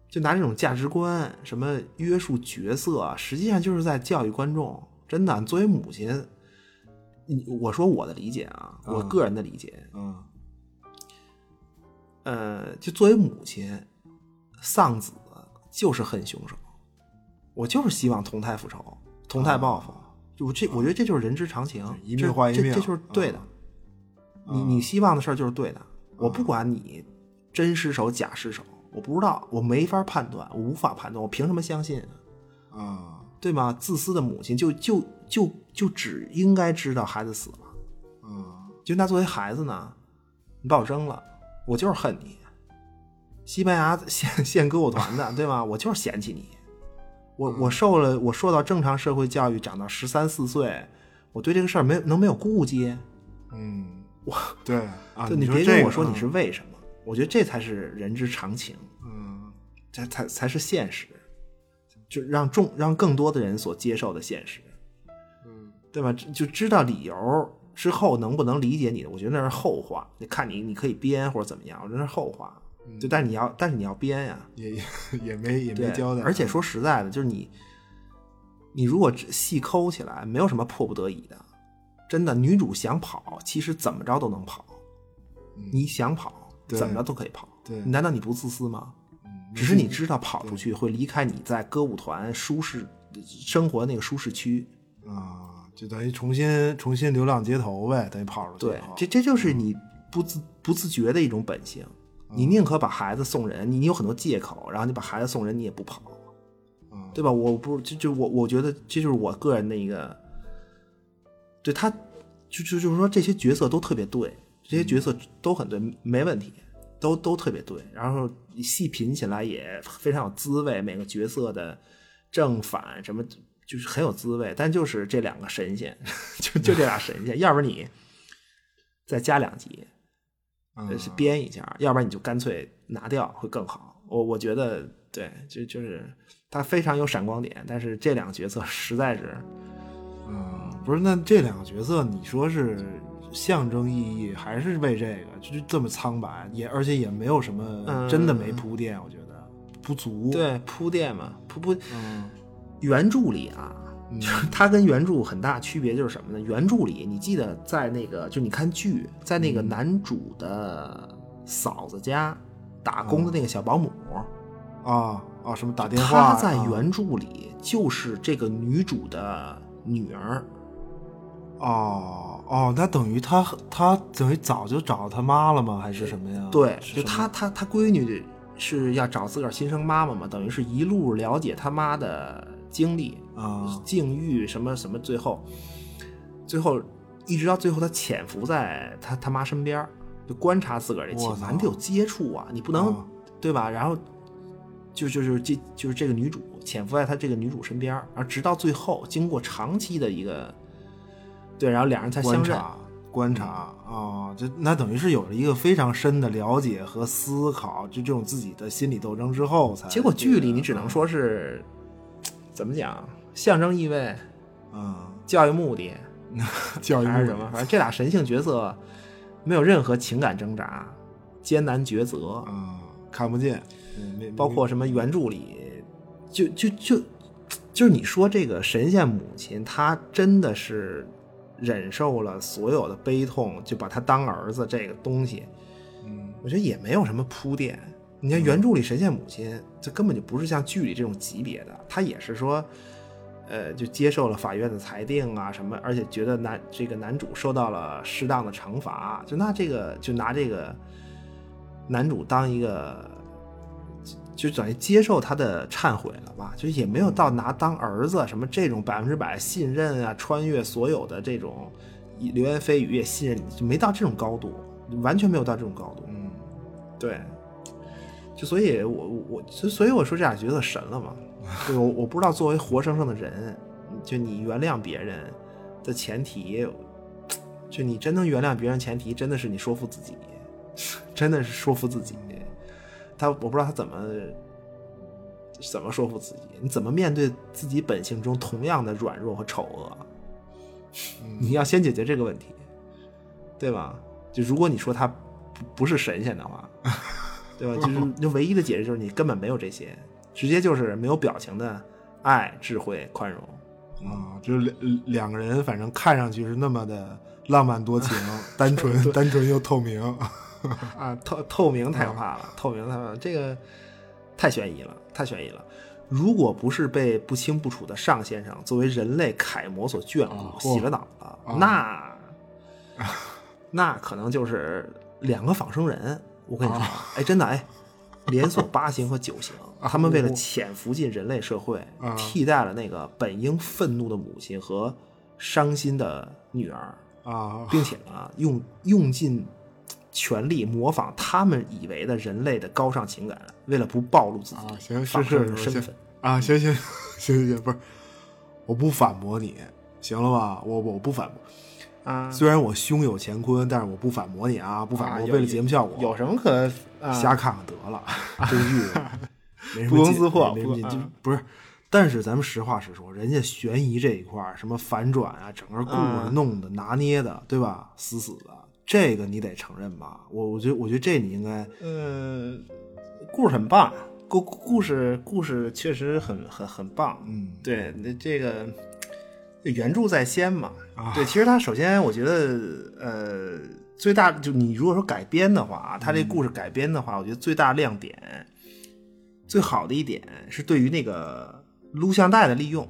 Speaker 4: 就拿这种价值观什么约束角色，实际上就是在教育观众。真的，作为母亲，你我说我的理解啊，我个人的理解，
Speaker 2: 嗯
Speaker 4: 呃，就作为母亲，丧子就是恨凶手，我就是希望同胎复仇，同胎报复。就我这，我觉得这就是人之常情，
Speaker 2: 嗯一
Speaker 4: 这
Speaker 2: 命换一
Speaker 4: 这
Speaker 2: 命嗯
Speaker 4: 这就是对的。你
Speaker 2: 啊
Speaker 4: 你希望的事儿就是对的，我不管你真失手假失手，我不知道，我没法判断，我无法判断，我凭什么相信？
Speaker 2: 啊
Speaker 4: 对吗？自私的母亲就就就就只应该知道孩子死了，
Speaker 2: 嗯
Speaker 4: 就那作为孩子呢，你把我扔了，我就是恨你。西班牙献献歌舞团的，对吧？我就是嫌弃你。我我受了，我受到正常社会教育，长到十三四岁，我对这个事儿没有能没有顾忌？
Speaker 2: 嗯，哇，对啊，
Speaker 4: 就
Speaker 2: 你
Speaker 4: 别
Speaker 2: 这
Speaker 4: 跟
Speaker 2: 个
Speaker 4: 我说你
Speaker 2: 嗯
Speaker 4: 是为什么，我觉得这才是人之常情，
Speaker 2: 嗯
Speaker 4: 这才才是现实，就让众让更多的人所接受的现实，
Speaker 2: 嗯
Speaker 4: 对吧？就知道理由之后能不能理解你，我觉得那是后话。你看你你可以编或者怎么样，我觉得那是后话。就但是你要但是你要编呀、
Speaker 2: 嗯也也也没也
Speaker 4: 对
Speaker 2: 没交代，啊
Speaker 4: 而且说实在的，就是你你如果只细抠起来，没有什么迫不得已的。真的，女主想跑，其实怎么着都能跑。你想跑，
Speaker 2: 嗯对
Speaker 4: 怎么着都可以跑。
Speaker 2: 对
Speaker 4: 难道你不自私吗？
Speaker 2: 嗯
Speaker 4: 只是你知道跑出去会离开你在歌舞团舒适生活那个舒适区。
Speaker 2: 啊，就等于重新重新流浪街头呗，等于跑出去以
Speaker 4: 对
Speaker 2: 后，
Speaker 4: 这这就是你不自不自觉的一种本性。你宁可把孩子送人，你你有很多借口，然后你把孩子送人，你也不跑，
Speaker 2: 嗯
Speaker 4: 对吧？我不就就我我觉得这就是我个人的一个，对他就就就是说这些角色都特别对，这些角色都很对，没问题，都都特别对。然后你细品起来也非常有滋味，每个角色的正反什么就是很有滋味。但就是这两个神仙， 就就这俩神仙，要不然你再加两集，
Speaker 2: 嗯
Speaker 4: 呃是编一下，要不然你就干脆拿掉会更好。我我觉得对，就就是他非常有闪光点，但是这两个角色实在是
Speaker 2: 嗯，不是，那这两个角色，你说是象征意义，还是为这个，就是这么苍白，也而且也没有什么
Speaker 4: 嗯
Speaker 2: 真的没铺垫，我觉得不足。，
Speaker 4: 对铺垫嘛，铺铺
Speaker 2: 嗯
Speaker 4: 原著里啊，就是它跟原著很大区别就是什么呢？原著里你记得在那个就你看剧，在那个男主的嫂子家打工的那个小保姆，
Speaker 2: 啊啊，什么打电话
Speaker 4: 她
Speaker 2: 啊，
Speaker 4: 在原著里就是这个女主的女儿。
Speaker 2: 哦哦，那等于他他等于早就找他妈了吗？还是什么呀？
Speaker 4: 对，
Speaker 2: 啊是
Speaker 4: 就
Speaker 2: 什么
Speaker 4: 她她她闺女是要找自个儿亲生妈妈嘛，等于是一路了解他妈的经历，
Speaker 2: 啊
Speaker 4: 境遇什么什么，最后，最后一直到最后，他潜伏在他他妈身边儿，就观察自个儿这亲
Speaker 2: 我操
Speaker 4: 妈，你得有接触啊，你不能、
Speaker 2: 啊
Speaker 4: 对吧？然后就就是这就是这个女主潜伏在他这个女主身边儿，然后直到最后，经过长期的一个对，然后两人才相
Speaker 2: 观
Speaker 4: 认。
Speaker 2: 察观察啊，这那等于是有了一个非常深的了解和思考，就这种自己的心理斗争之后才
Speaker 4: 结果
Speaker 2: 这个
Speaker 4: 剧里你只能说是怎么讲，象征意味、
Speaker 2: 嗯，
Speaker 4: 教育目的
Speaker 2: 教育
Speaker 4: 还是
Speaker 2: 目的
Speaker 4: 什么，反正这俩神性角色没有任何情感挣扎，艰难抉择，
Speaker 2: 嗯，看不见，嗯没
Speaker 4: 包括什么原著里，就就就就是你说这个神仙母亲，她真的是忍受了所有的悲痛，就把她当儿子这个东西，
Speaker 2: 嗯
Speaker 4: 我觉得也没有什么铺垫。你看原著里神仙母亲，这根本就不是像剧里这种级别的，她也是说，呃，就接受了法院的裁定啊什么，而且觉得男这个男主受到了适当的惩罚，就拿这个就拿这个男主当一个，就就等于接受他的忏悔了吧，就也没有到拿当儿子什么这种百分之百信任啊，穿越所有的这种流言蜚语也信任你，就没到这种高度，完全没有到这种高度。
Speaker 2: 嗯
Speaker 4: 对，就所以我，我我所所以我说这俩角色神了嘛。对，我我不知道作为活生生的人，就你原谅别人的前提，就你真能原谅别人，前提真的是你说服自己，真的是说服自己。他我不知道他怎么怎么说服自己，你怎么面对自己本性中同样的软弱和丑恶？你要先解决这个问题，对吧？就如果你说他不不是神仙的话，对吧？就是那唯一的解释就是你根本没有这些，直接就是没有表情的爱、智慧、宽容。
Speaker 2: 啊，就是两两个人，反正看上去是那么的浪漫多 情、单纯、单纯又透明。
Speaker 4: 啊，透透明太可怕
Speaker 2: 嗯
Speaker 4: 了，透明太可怕了，这个太悬疑了，太悬疑了。如果不是被不清不楚的尚先生作为人类楷模所眷顾、
Speaker 2: 啊
Speaker 4: 洗了脑了，
Speaker 2: 啊
Speaker 4: 那那可能就是两个仿生人。我跟你
Speaker 2: 啊
Speaker 4: 说，哎，真的哎，连锁八型和九型，他们为了潜伏进人类社会，
Speaker 2: 哦啊
Speaker 4: 替代了那个本应愤怒的母亲和伤心的女儿。
Speaker 2: 啊
Speaker 4: 并且呢，用用尽全力模仿他们以为的人类的高尚情感，为了不暴露自己
Speaker 2: 啊，行，
Speaker 4: 仿
Speaker 2: 是
Speaker 4: 生
Speaker 2: 是
Speaker 4: 人的
Speaker 2: 是
Speaker 4: 身
Speaker 2: 行
Speaker 4: 份。
Speaker 2: 啊，行行行行，不是，我不反驳你，行了吧？我我不反驳，
Speaker 4: 啊，
Speaker 2: 虽然我胸有乾坤，但是我不反驳你啊，不反
Speaker 4: 啊
Speaker 2: 驳，
Speaker 4: 有
Speaker 2: 为了节目效果，
Speaker 4: 有什么可啊？
Speaker 2: 瞎看看得了，真遇 着了，没什么
Speaker 4: 不攻
Speaker 2: 劲
Speaker 4: 自破
Speaker 2: 没什
Speaker 4: 不
Speaker 2: 么劲
Speaker 4: 啊
Speaker 2: 就不是。但是咱们实话实说，人家悬疑这一块儿，什么反转啊，整个故事
Speaker 4: 啊
Speaker 2: 弄的、拿捏的，对吧？死死的，这个你得承认吧？我我觉得，我觉得这你应该
Speaker 4: 呃，故事很棒，啊故故事故事确实很很很棒。
Speaker 2: 嗯
Speaker 4: 对，那这个原著在先嘛。对，其实它首先我觉得呃最大就你如果说改编的话啊，它这故事改编的话，我觉得最大亮点最好的一点是对于那个录像带的利用。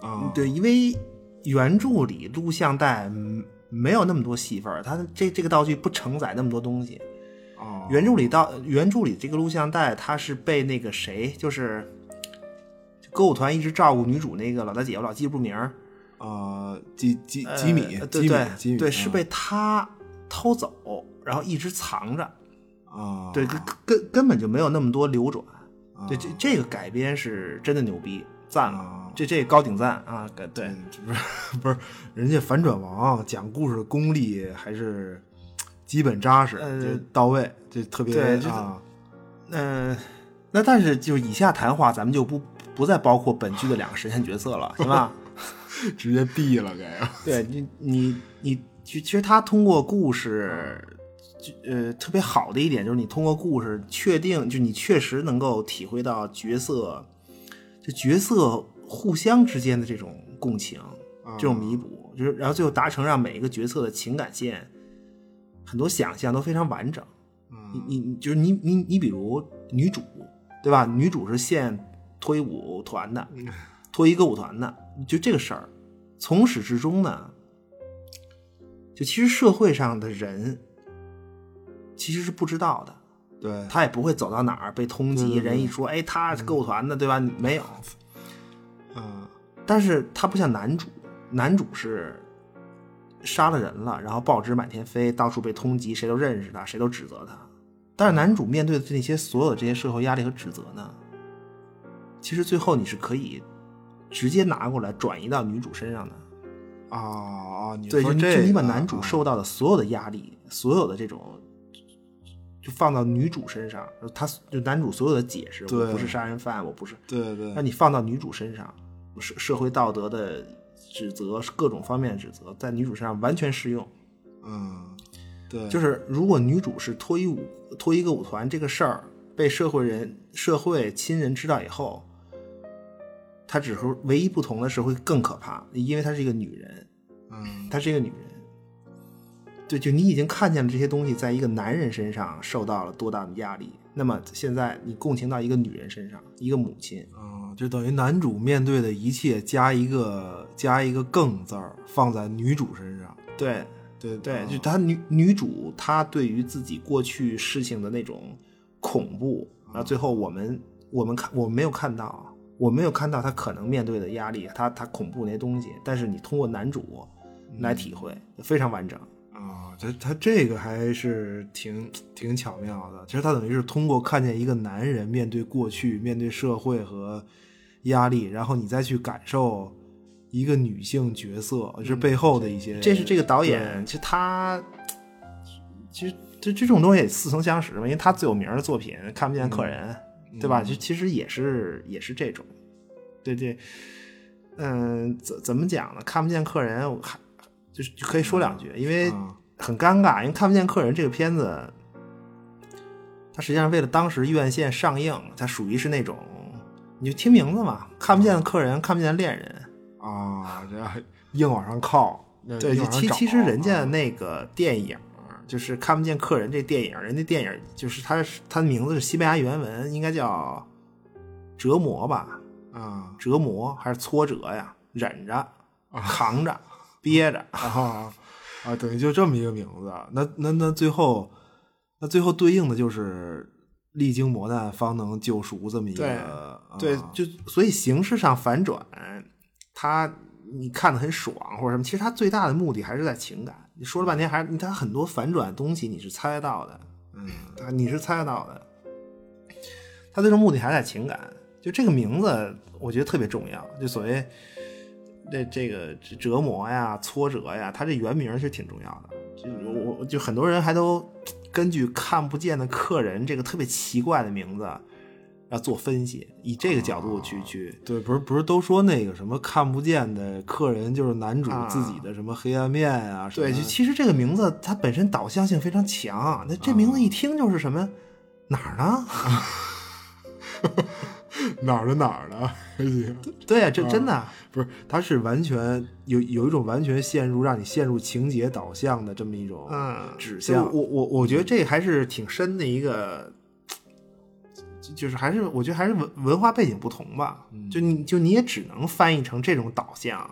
Speaker 2: 啊，
Speaker 4: 对，因为原著里录像带嗯没有那么多戏份儿，它这这个道具不承载那么多东西。
Speaker 2: 啊，
Speaker 4: 原著里到原著里这个录像带，它是被那个谁，就是歌舞团一直照顾女主那个老大姐，我老记不住名儿，
Speaker 2: 啊，几几
Speaker 4: 呃
Speaker 2: 几米，
Speaker 4: 对
Speaker 2: 几米
Speaker 4: 对，
Speaker 2: 几米，
Speaker 4: 对，
Speaker 2: 啊
Speaker 4: 是被她偷走，然后一直藏着，
Speaker 2: 啊，
Speaker 4: 对，根根根本就没有那么多流转，
Speaker 2: 啊
Speaker 4: 对，这这个改编是真的牛逼，赞了
Speaker 2: 啊，
Speaker 4: 这这高顶赞啊，给对，
Speaker 2: 不是嗯 不是，人家反转王讲故事的功力还是基本扎实，
Speaker 4: 呃
Speaker 2: 就到位，就特别
Speaker 4: 对就是
Speaker 2: 啊
Speaker 4: 嗯，那但是就是以下谈话咱们就不不再包括本剧的两个神仙角色了，行吧？
Speaker 2: 直接毙了给。
Speaker 4: 对你，你，你，其其实他通过故事，就呃，特别好的一点就是你通过故事确定，就你确实能够体会到角色，就角色互相之间的这种共情，
Speaker 2: 啊
Speaker 4: 这种弥补，就是然后最后达成让每一个角色的情感线，很多想象都非常完整。
Speaker 2: 嗯
Speaker 4: 你你你就是你你你比如女主，对吧？女主是现脱衣舞团的，脱衣歌舞团的，就这个事儿，从始至终呢，就其实社会上的人其实是不知道的，
Speaker 2: 对，
Speaker 4: 他也不会走到哪儿被通缉，
Speaker 2: 对对对
Speaker 4: 人一说，哎，他是歌舞团的，对吧？没有，
Speaker 2: 嗯
Speaker 4: 但是他不像男主，男主是杀了人了，然后报纸满天飞，到处被通缉，谁都认识他，谁都指责他。但是男主面对的那些所有的这些社会压力和指责呢，其实最后你是可以直接拿过来转移到女主身上的。
Speaker 2: 啊啊，你
Speaker 4: 对，
Speaker 2: 说
Speaker 4: 就
Speaker 2: 这
Speaker 4: 就你把
Speaker 2: 个啊
Speaker 4: 男主受到的所有的压力，所有的这种，就放到女主身上，他就男主所有的解释，我
Speaker 2: 对
Speaker 4: 不是杀人犯，我不是，
Speaker 2: 对对
Speaker 4: 那你放到女主身上，社社会道德的指责，各种方面的指责，在女主身上完全适用。
Speaker 2: 嗯对，
Speaker 4: 就是是如果女主是脱衣舞脱衣歌舞团这个事儿被社会人、社会亲人知道以后，她只是唯一不同的是会更可怕，因为她是一个女人，
Speaker 2: 嗯
Speaker 4: 她是一个女人。对，就你已经看见了这些东西在一个男人身上受到了多大的压力，那么现在你共情到一个女人身上，一个母亲，
Speaker 2: 啊，就等于男主面对的一切加一个加一个更字儿放在女主身上，
Speaker 4: 对，
Speaker 2: 对
Speaker 4: 对，
Speaker 2: 啊
Speaker 4: 就她女女主，她对于自己过去事情的那种恐怖，然后最后我们我们看我没有看到，啊我没有看到她可能面对的压力，她她恐怖那些东西，但是你通过男主来体会，非常完整。
Speaker 2: 嗯啊，他他这个还是挺挺巧妙的。其实他等于是通过看见一个男人面对过去、面对社会和压力，然后你再去感受一个女性角色，嗯这背后的一些，
Speaker 4: 这是这个导演，其实他其实这这种东西也似曾相识嘛，因为他最有名的作品《看不见的客人》，对吧？就其实也是也是这种，对对，嗯，怎怎么讲呢？《看不见客人》我还就是就可以说两句，因为
Speaker 2: 啊
Speaker 4: 很尴尬，因为《看不见客人》这个片子，它实际上为了当时院线上映，它属于是那种你就听名字嘛，看不见的客人，看不见的恋人。
Speaker 2: 对啊， 这硬往上靠，那
Speaker 4: 对，
Speaker 2: 硬
Speaker 4: 就
Speaker 2: 往上
Speaker 4: 其
Speaker 2: 找
Speaker 4: 其实人家
Speaker 2: 啊
Speaker 4: 那个电影儿就是看不见客人这电影儿，人家电影儿就是它是它的名字是西班牙原文，应该叫折磨吧，
Speaker 2: 啊
Speaker 4: 折磨还是挫折呀？忍着，扛着，憋着。
Speaker 2: 啊啊，等于就 这么一个名字。啊那那那最后，那最后对应的就是历经磨难方能救赎这么一
Speaker 4: 对
Speaker 2: 个，
Speaker 4: 对
Speaker 2: 啊，
Speaker 4: 就所以形式上反转，它你看的很爽或者什么，其实它最大的目的还是在情感。你说了半天，还是它很多反转的东西你是猜得到的，嗯，它你是猜得到的。它最终目的还是在情感，就这个名字我觉得特别重要，就所谓这这个折磨呀、挫折呀，它这原名是挺重要的。就我我就很多人还都根据“看不见的客人”这个特别奇怪的名字，要做分析，以这个角度去去
Speaker 2: 啊对，不是不是都说那个什么看不见的客人就是男主
Speaker 4: 啊
Speaker 2: 自己的什么黑暗面啊？什么
Speaker 4: 对，就其实这个名字它本身导向性非常强，那这
Speaker 2: 啊
Speaker 4: 名字一听就是什么哪 儿呢？
Speaker 2: 哪儿的哪儿 的，而且
Speaker 4: 对啊，这真的
Speaker 2: 不是，它是完全有有一种完全陷入让你陷入情节导向的这么一种
Speaker 4: 嗯
Speaker 2: 指
Speaker 4: 就
Speaker 2: 向。
Speaker 4: 我我我觉得这还是挺深的一个，就就是还是我觉得还是文文化背景不同吧。
Speaker 2: 嗯
Speaker 4: 就你就你也只能翻译成这种导向，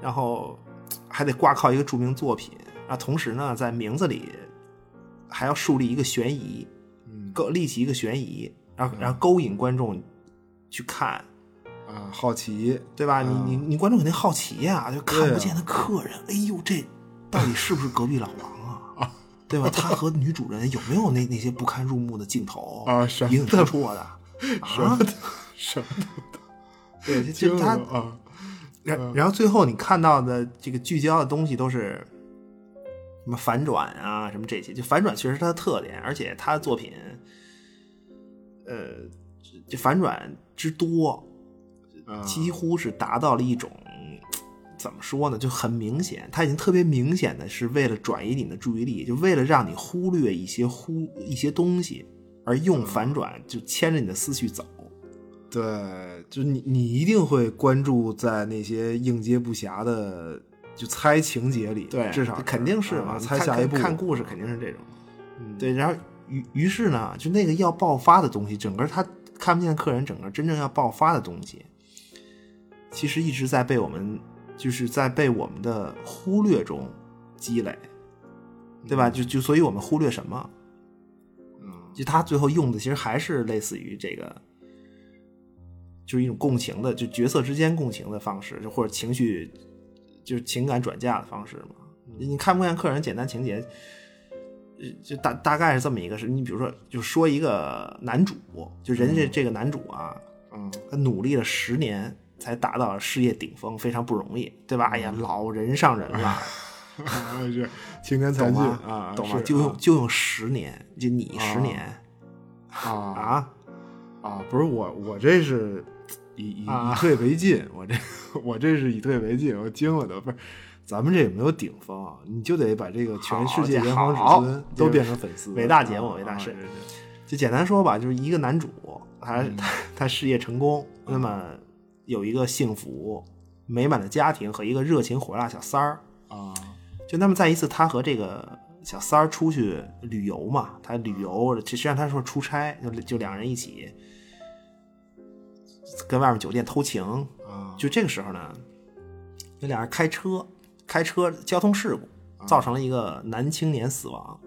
Speaker 4: 然后还得挂靠一个著名作品啊，同时呢，在名字里还要树立一个悬疑，
Speaker 2: 嗯
Speaker 4: 构立起一个悬疑，然后然后勾引观众去看。
Speaker 2: 啊，好奇，
Speaker 4: 对吧？你你你观众肯定好奇呀、就
Speaker 2: 嗯
Speaker 4: 看
Speaker 2: 对
Speaker 4: 不
Speaker 2: 啊
Speaker 4: 见的客人，哎呦，这到底是不是隔壁老王 啊？对吧？他和女主人有没有那那些不堪入目的镜头
Speaker 2: 啊什么
Speaker 4: 影影绰 绰的啊？
Speaker 2: 什么
Speaker 4: 对， 就就他，
Speaker 2: 啊？
Speaker 4: 然然后最后你看到的这个聚焦的东西都是什么反转啊，什么这些，就反转确实是他的特点，而且他的作品，呃，就反转之多，几乎是达到了一种怎么说呢，就很明显，它已经特别明显的是为了转移你的注意力，就为了让你忽略一些忽一些东西，而用反转就牵着你的思绪走。
Speaker 2: 对，就你你一定会关注在那些应接不暇的，就猜情节里，至
Speaker 4: 至
Speaker 2: 少
Speaker 4: 少肯定是嘛，
Speaker 2: 啊
Speaker 4: 你
Speaker 2: 猜
Speaker 4: 看
Speaker 2: 下一步，嗯
Speaker 4: 看看故事肯定是这种。对，然后于于是呢，就那个要爆发的东西，整个他看不见的客人，整个真正要爆发的东西，其实一直在被我们就是在被我们的忽略中积累，
Speaker 2: 嗯
Speaker 4: 对吧？就就所以我们忽略什么？就他最后用的其实还是类似于这个，就是一种共情的，就角色之间共情的方式，就或者情绪就是情感转嫁的方式嘛。你看不看客人简单情节，呃就大大概是这么一个事。你比如说，就说一个男主，就人家这个男主啊，
Speaker 2: 嗯，
Speaker 4: 他努力了十年才达到事业顶峰，非常不容易，对吧？哎呀，老人上人了， 啊
Speaker 2: 是青年才
Speaker 4: 懂
Speaker 2: 俊
Speaker 4: 吗？
Speaker 2: 啊，
Speaker 4: 懂吗？
Speaker 2: 是
Speaker 4: 就用就用十年，就你十年
Speaker 2: 啊
Speaker 4: 啊，
Speaker 2: 啊，不是我，我这是以以以
Speaker 4: 啊
Speaker 2: 退为进，我这 我这是以退为进，我惊了都不是。咱们这也没有顶峰啊，你就得把这个全世界
Speaker 4: 好
Speaker 2: 炎黄
Speaker 4: 好
Speaker 2: 子孙都变成粉丝，
Speaker 4: 伟大节目
Speaker 2: 啊
Speaker 4: 伟大
Speaker 2: 啊
Speaker 4: 事
Speaker 2: 对对对
Speaker 4: 就简单说吧，就是一个男主，他
Speaker 2: 嗯
Speaker 4: 他他事业成功，那么有一个幸福美满的家庭和一个热情火辣小三儿。
Speaker 2: 啊
Speaker 4: 就那么在一次，他和这个小三儿出去旅游嘛，他旅游，其实际上他说出差，就就两人一起跟外面酒店偷情。
Speaker 2: 啊
Speaker 4: 就这个时候呢，有俩人开车，开车交通事故，造成了一个男青年死亡。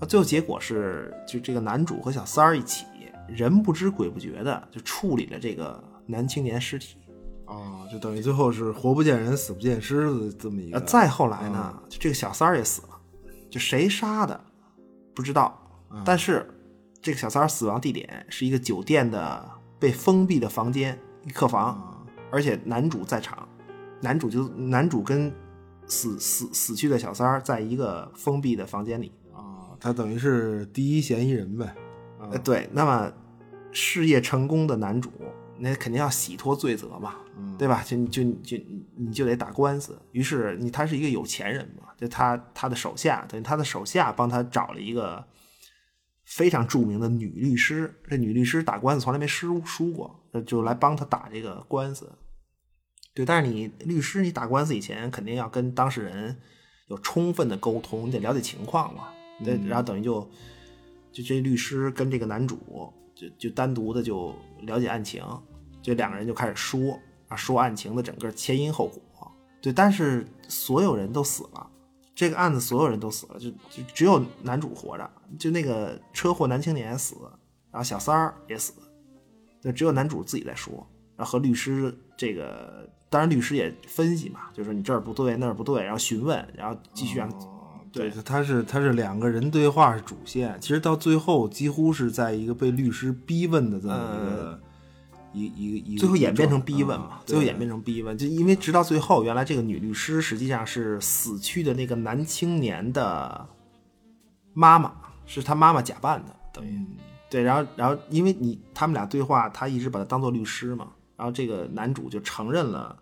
Speaker 4: 那最后结果是，就这个男主和小三儿一起，人不知鬼不觉的就处理了这个男青年尸体。
Speaker 2: 啊，就等于最后是活不见人，死不见尸的这么一个。嗯
Speaker 4: 呃，再后来呢，就这个小三儿也死了，就谁杀的不知道，
Speaker 2: 嗯
Speaker 4: 但是这个小三儿死亡地点是一
Speaker 2: 嗯啊
Speaker 4: 个酒店的被封闭的房间，一客房，而且男主在场，男主就男主跟死死死去的小三儿在一个封闭的房间里，
Speaker 2: 啊，他等于是第一嫌疑人呗。啊
Speaker 4: 呃，对，那么事业成功的男主，那肯定要洗脱罪责嘛，
Speaker 2: 嗯
Speaker 4: 对吧？就就就你就得打官司。于是你他是一个有钱人嘛，就他他的手下，等于他的手下帮他找了一个非常著名的女律师，这女律师打官司从来没输输过，呃就来帮他打这个官司。对，但是你律师你打官司以前肯定要跟当事人有充分的沟通，你得了解情况嘛。对，然后等于就就这律师跟这个男主就就单独的就了解案情，就两个人就开始说啊说案情的整个前因后果。对，但是所有人都死了，这个案子所有人都死了，就就只有男主活着，就那个车祸男青年死，然后小三儿也死，就只有男主自己在说，然后和律师这个，当然律师也分析嘛，就是说你这儿不对那儿不对，然后询问，然后继续让、对，
Speaker 2: 他是他是两个人对话是主线，其实到最后几乎是在一个被律师逼问的这么一个、一一个一个，
Speaker 4: 嗯最后演变成逼问嘛
Speaker 2: 啊，
Speaker 4: 最后
Speaker 2: 对
Speaker 4: 演变成逼问，就因为直到最后，原来这个女律师实际上是死去的那个男青年的妈妈，是他妈妈假扮的，等
Speaker 2: 嗯
Speaker 4: 于对，然后然后因为你他们俩对话，他一直把她当做律师嘛，然后这个男主就承认了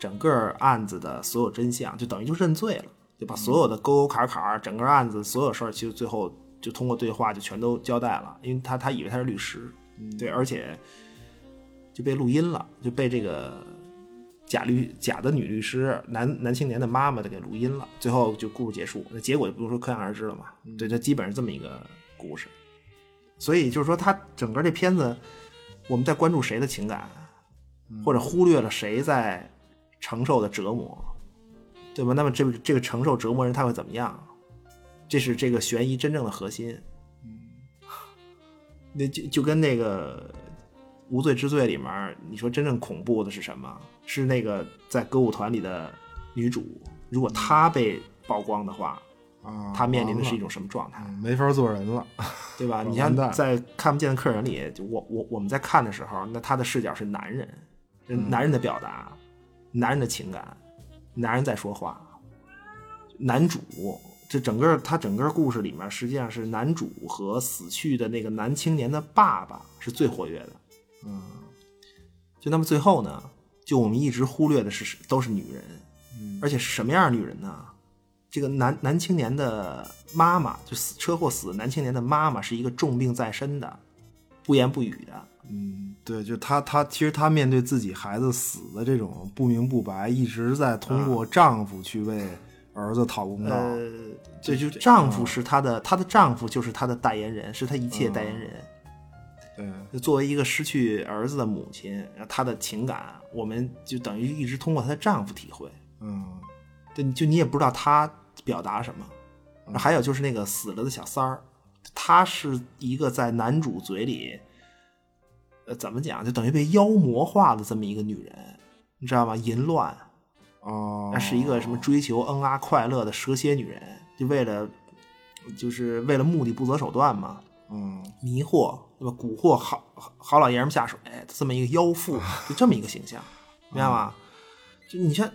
Speaker 4: 整个案子的所有真相，就等于就认罪了，就把所有的沟沟坎坎，整个案子所有事儿，其实最后就通过对话就全都交代了，因为他他以为他是律师，
Speaker 2: 嗯
Speaker 4: 对，而且就被录音了，就被这个假律假的女律师男男青年的妈妈的给录音了，最后就故事结束，那结果就不用说可想而知了嘛，对，这基本是这么一个故事，所以就是说他整个这片子我们在关注谁的情感，或者忽略了谁在承受的折磨，对吧？那么这个这个承受折磨人他会怎么样？这是这个悬疑真正的核心。那就就跟那个《无罪之罪》里面，你说真正恐怖的是什么？是那个在歌舞团里的女主，如果她被曝光的话，
Speaker 2: 啊，
Speaker 4: 她面临的是一
Speaker 2: 种
Speaker 4: 种什么状态？
Speaker 2: 没法做人了。
Speaker 4: 对吧？你
Speaker 2: 完
Speaker 4: 像
Speaker 2: 蛋
Speaker 4: 在《看不见的客人》里，就我我我们在看的时候，那他的视角是男人，男人的表达，男人的情感，男人在说话，男主这整个他整个故事里面，实际上是男主和死去的那个男青年的爸爸是最活跃的。嗯，就那么最后呢，就我们一直忽略的是都是女人，而且是什么样的女人呢？这个男男青年的妈妈，就死车祸死的男青年的妈妈是一个重病在身的，不言不语的，
Speaker 2: 嗯，对，就他他其实他面对自己孩子死的这种不明不白，一直在通过丈夫去为儿子讨公道。
Speaker 4: 嗯呃，对，就嗯丈夫是她的，她的丈夫就是她的代言人，是她一切代言人。
Speaker 2: 对，
Speaker 4: 就作为一个失去儿子的母亲，然后她的情感，我们就等于一直通过她的丈夫体会。
Speaker 2: 嗯，
Speaker 4: 对，你就你也不知道她表达什么。然后还有就是那个死了的小三儿，她是一个在男主嘴里，呃，怎么讲，就等于被妖魔化的这么一个女人，你知道吗？淫乱，
Speaker 2: 哦，
Speaker 4: 她是一个什么追求恩啊快乐的蛇蝎女人，就为了就是为了目的不择手段嘛，
Speaker 2: 嗯，
Speaker 4: 迷惑，对吧？蛊惑好好好老爷们下水，这么一个妖妇，
Speaker 2: 啊
Speaker 4: 就这么一个形象，明白吗？
Speaker 2: 嗯
Speaker 4: 就你像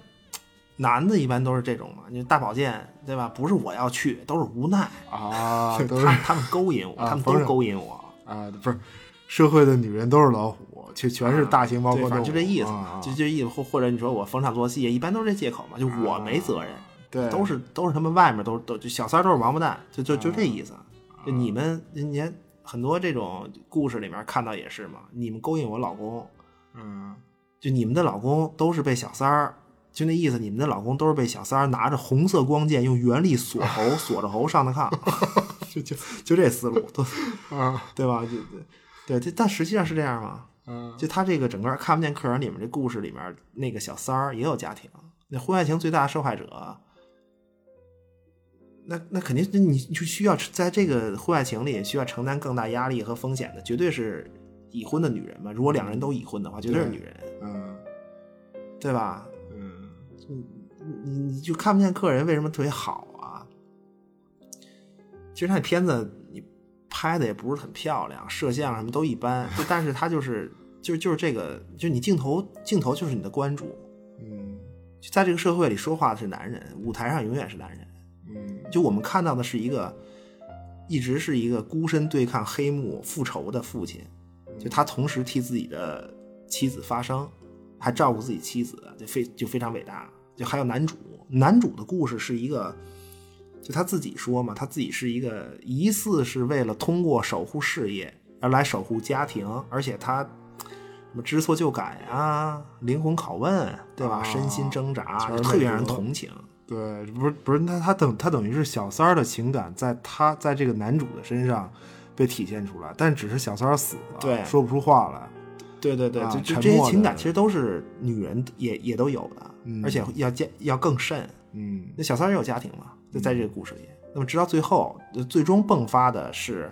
Speaker 4: 男的，一般都是这种嘛，你大保健，对吧？不是我要去，都是无奈，
Speaker 2: 啊，
Speaker 4: 他
Speaker 2: 都是
Speaker 4: 他们勾引我，
Speaker 2: 啊
Speaker 4: 他们
Speaker 2: 不
Speaker 4: 都
Speaker 2: 是
Speaker 4: 勾引我，
Speaker 2: 啊，不是，社会的女人都是老虎，却全是大型猫
Speaker 4: 啊对
Speaker 2: 科
Speaker 4: 反
Speaker 2: 动物，
Speaker 4: 正就这意思
Speaker 2: 啊啊
Speaker 4: 嘛，就这意思，或或者你说我逢场作戏，一般都是这借口嘛，就我没责任，
Speaker 2: 对，
Speaker 4: 都是都是他们外面都都就小三儿都是王八蛋，就就就这
Speaker 2: 嗯
Speaker 4: 意思。就你们你看很多这种故事里面看到也是嘛，你们勾引我老公，
Speaker 2: 嗯
Speaker 4: 就你们的老公都是被小三儿，就那意思，你们的老公都是被小三儿拿着红色光剑用原力锁喉，锁着喉上 的炕， 就就就这思路，都
Speaker 2: 啊
Speaker 4: 对吧？就对对，但实际上是这样吗？
Speaker 2: 嗯
Speaker 4: 就他这个整个看不见客人里面这故事里面，那个小三儿也有家庭，那婚外情最大的受害者，那那肯定是你就需要在这个婚外情里需要承担更大压力和风险的，绝对是已婚的女人嘛。如果两个人都已婚的话，绝对是女人，
Speaker 2: 嗯
Speaker 4: 对吧？
Speaker 2: 嗯
Speaker 4: 你你就看不见客人为什么特别好啊？其实他那片子你拍的也不是很漂亮，摄像什么都一般，就但是他就是就就是这个，就你镜头镜头就是你的关注，
Speaker 2: 嗯就在这个社会里说话的是男人，舞台上永远是男人。
Speaker 4: 嗯
Speaker 2: 就我们看到的是一个，一直是一个孤身对抗黑幕复仇的父亲，就他同时替自己的妻子发声，还照顾自己妻子，就非就非常伟大。就还有男主，男主的故事是一个，就他自己说嘛，他自己是一个疑似是为了通过守护事业而来守护家庭，而且他。什么知错就改啊，灵魂拷问，对吧？
Speaker 4: 啊
Speaker 2: 身心挣扎，
Speaker 4: 全是
Speaker 2: 特别
Speaker 4: 美
Speaker 2: 让人
Speaker 4: 国
Speaker 2: 同情。
Speaker 4: 对，
Speaker 2: 不是不是，那他等他等于是小三儿的情感在他在这个男主的身上被体现出来，但只是小三儿死了，
Speaker 4: 对
Speaker 2: 说不出话来。
Speaker 4: 对对对，
Speaker 2: 啊
Speaker 4: 就就
Speaker 2: 沉
Speaker 4: 这些
Speaker 2: 默
Speaker 4: 情
Speaker 2: 的
Speaker 4: 感其实都是女人也也都有的，
Speaker 2: 嗯
Speaker 4: 而且要加要更甚。
Speaker 2: 嗯
Speaker 4: 那小三儿也有家庭嘛，就在这个故事里。那么直到最后，呃最终迸发的是，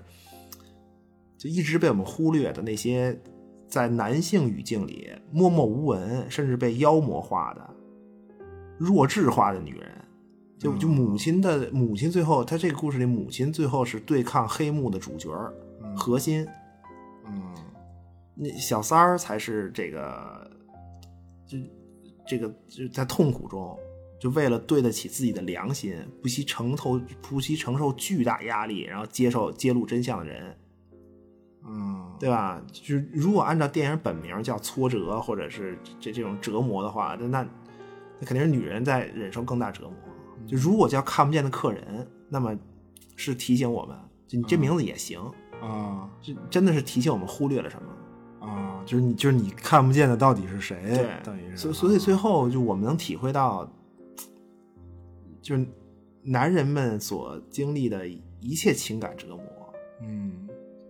Speaker 4: 就一直被我们忽略的那些在男性语境里默默无闻，甚至被妖魔化的、弱智化的女人。就就母亲的母亲，最后她这个故事里，母亲最后是对抗黑幕的主角儿核心。
Speaker 2: 嗯
Speaker 4: 那小三儿才是这个，就这个就在痛苦中，就为了对得起自己的良心，不惜承受不惜承受巨大压力，然后接受揭露真相的人，
Speaker 2: 嗯，
Speaker 4: 对吧？就是如果按照电影本名叫挫折或者是这这种折磨的话，那那那肯定是女人在忍受更大折磨。
Speaker 2: 嗯
Speaker 4: 就如果叫看不见的客人，那么是提醒我们，就你
Speaker 2: 嗯
Speaker 4: 这名字也行，
Speaker 2: 啊
Speaker 4: 就真的是提醒我们忽略了什么。
Speaker 2: 啊，就是你就是你看不见的到底是谁
Speaker 4: 对，
Speaker 2: 哎等于是啊
Speaker 4: 所所以最后就我们能体会到，就是男人们所经历的一切情感折磨，
Speaker 2: 嗯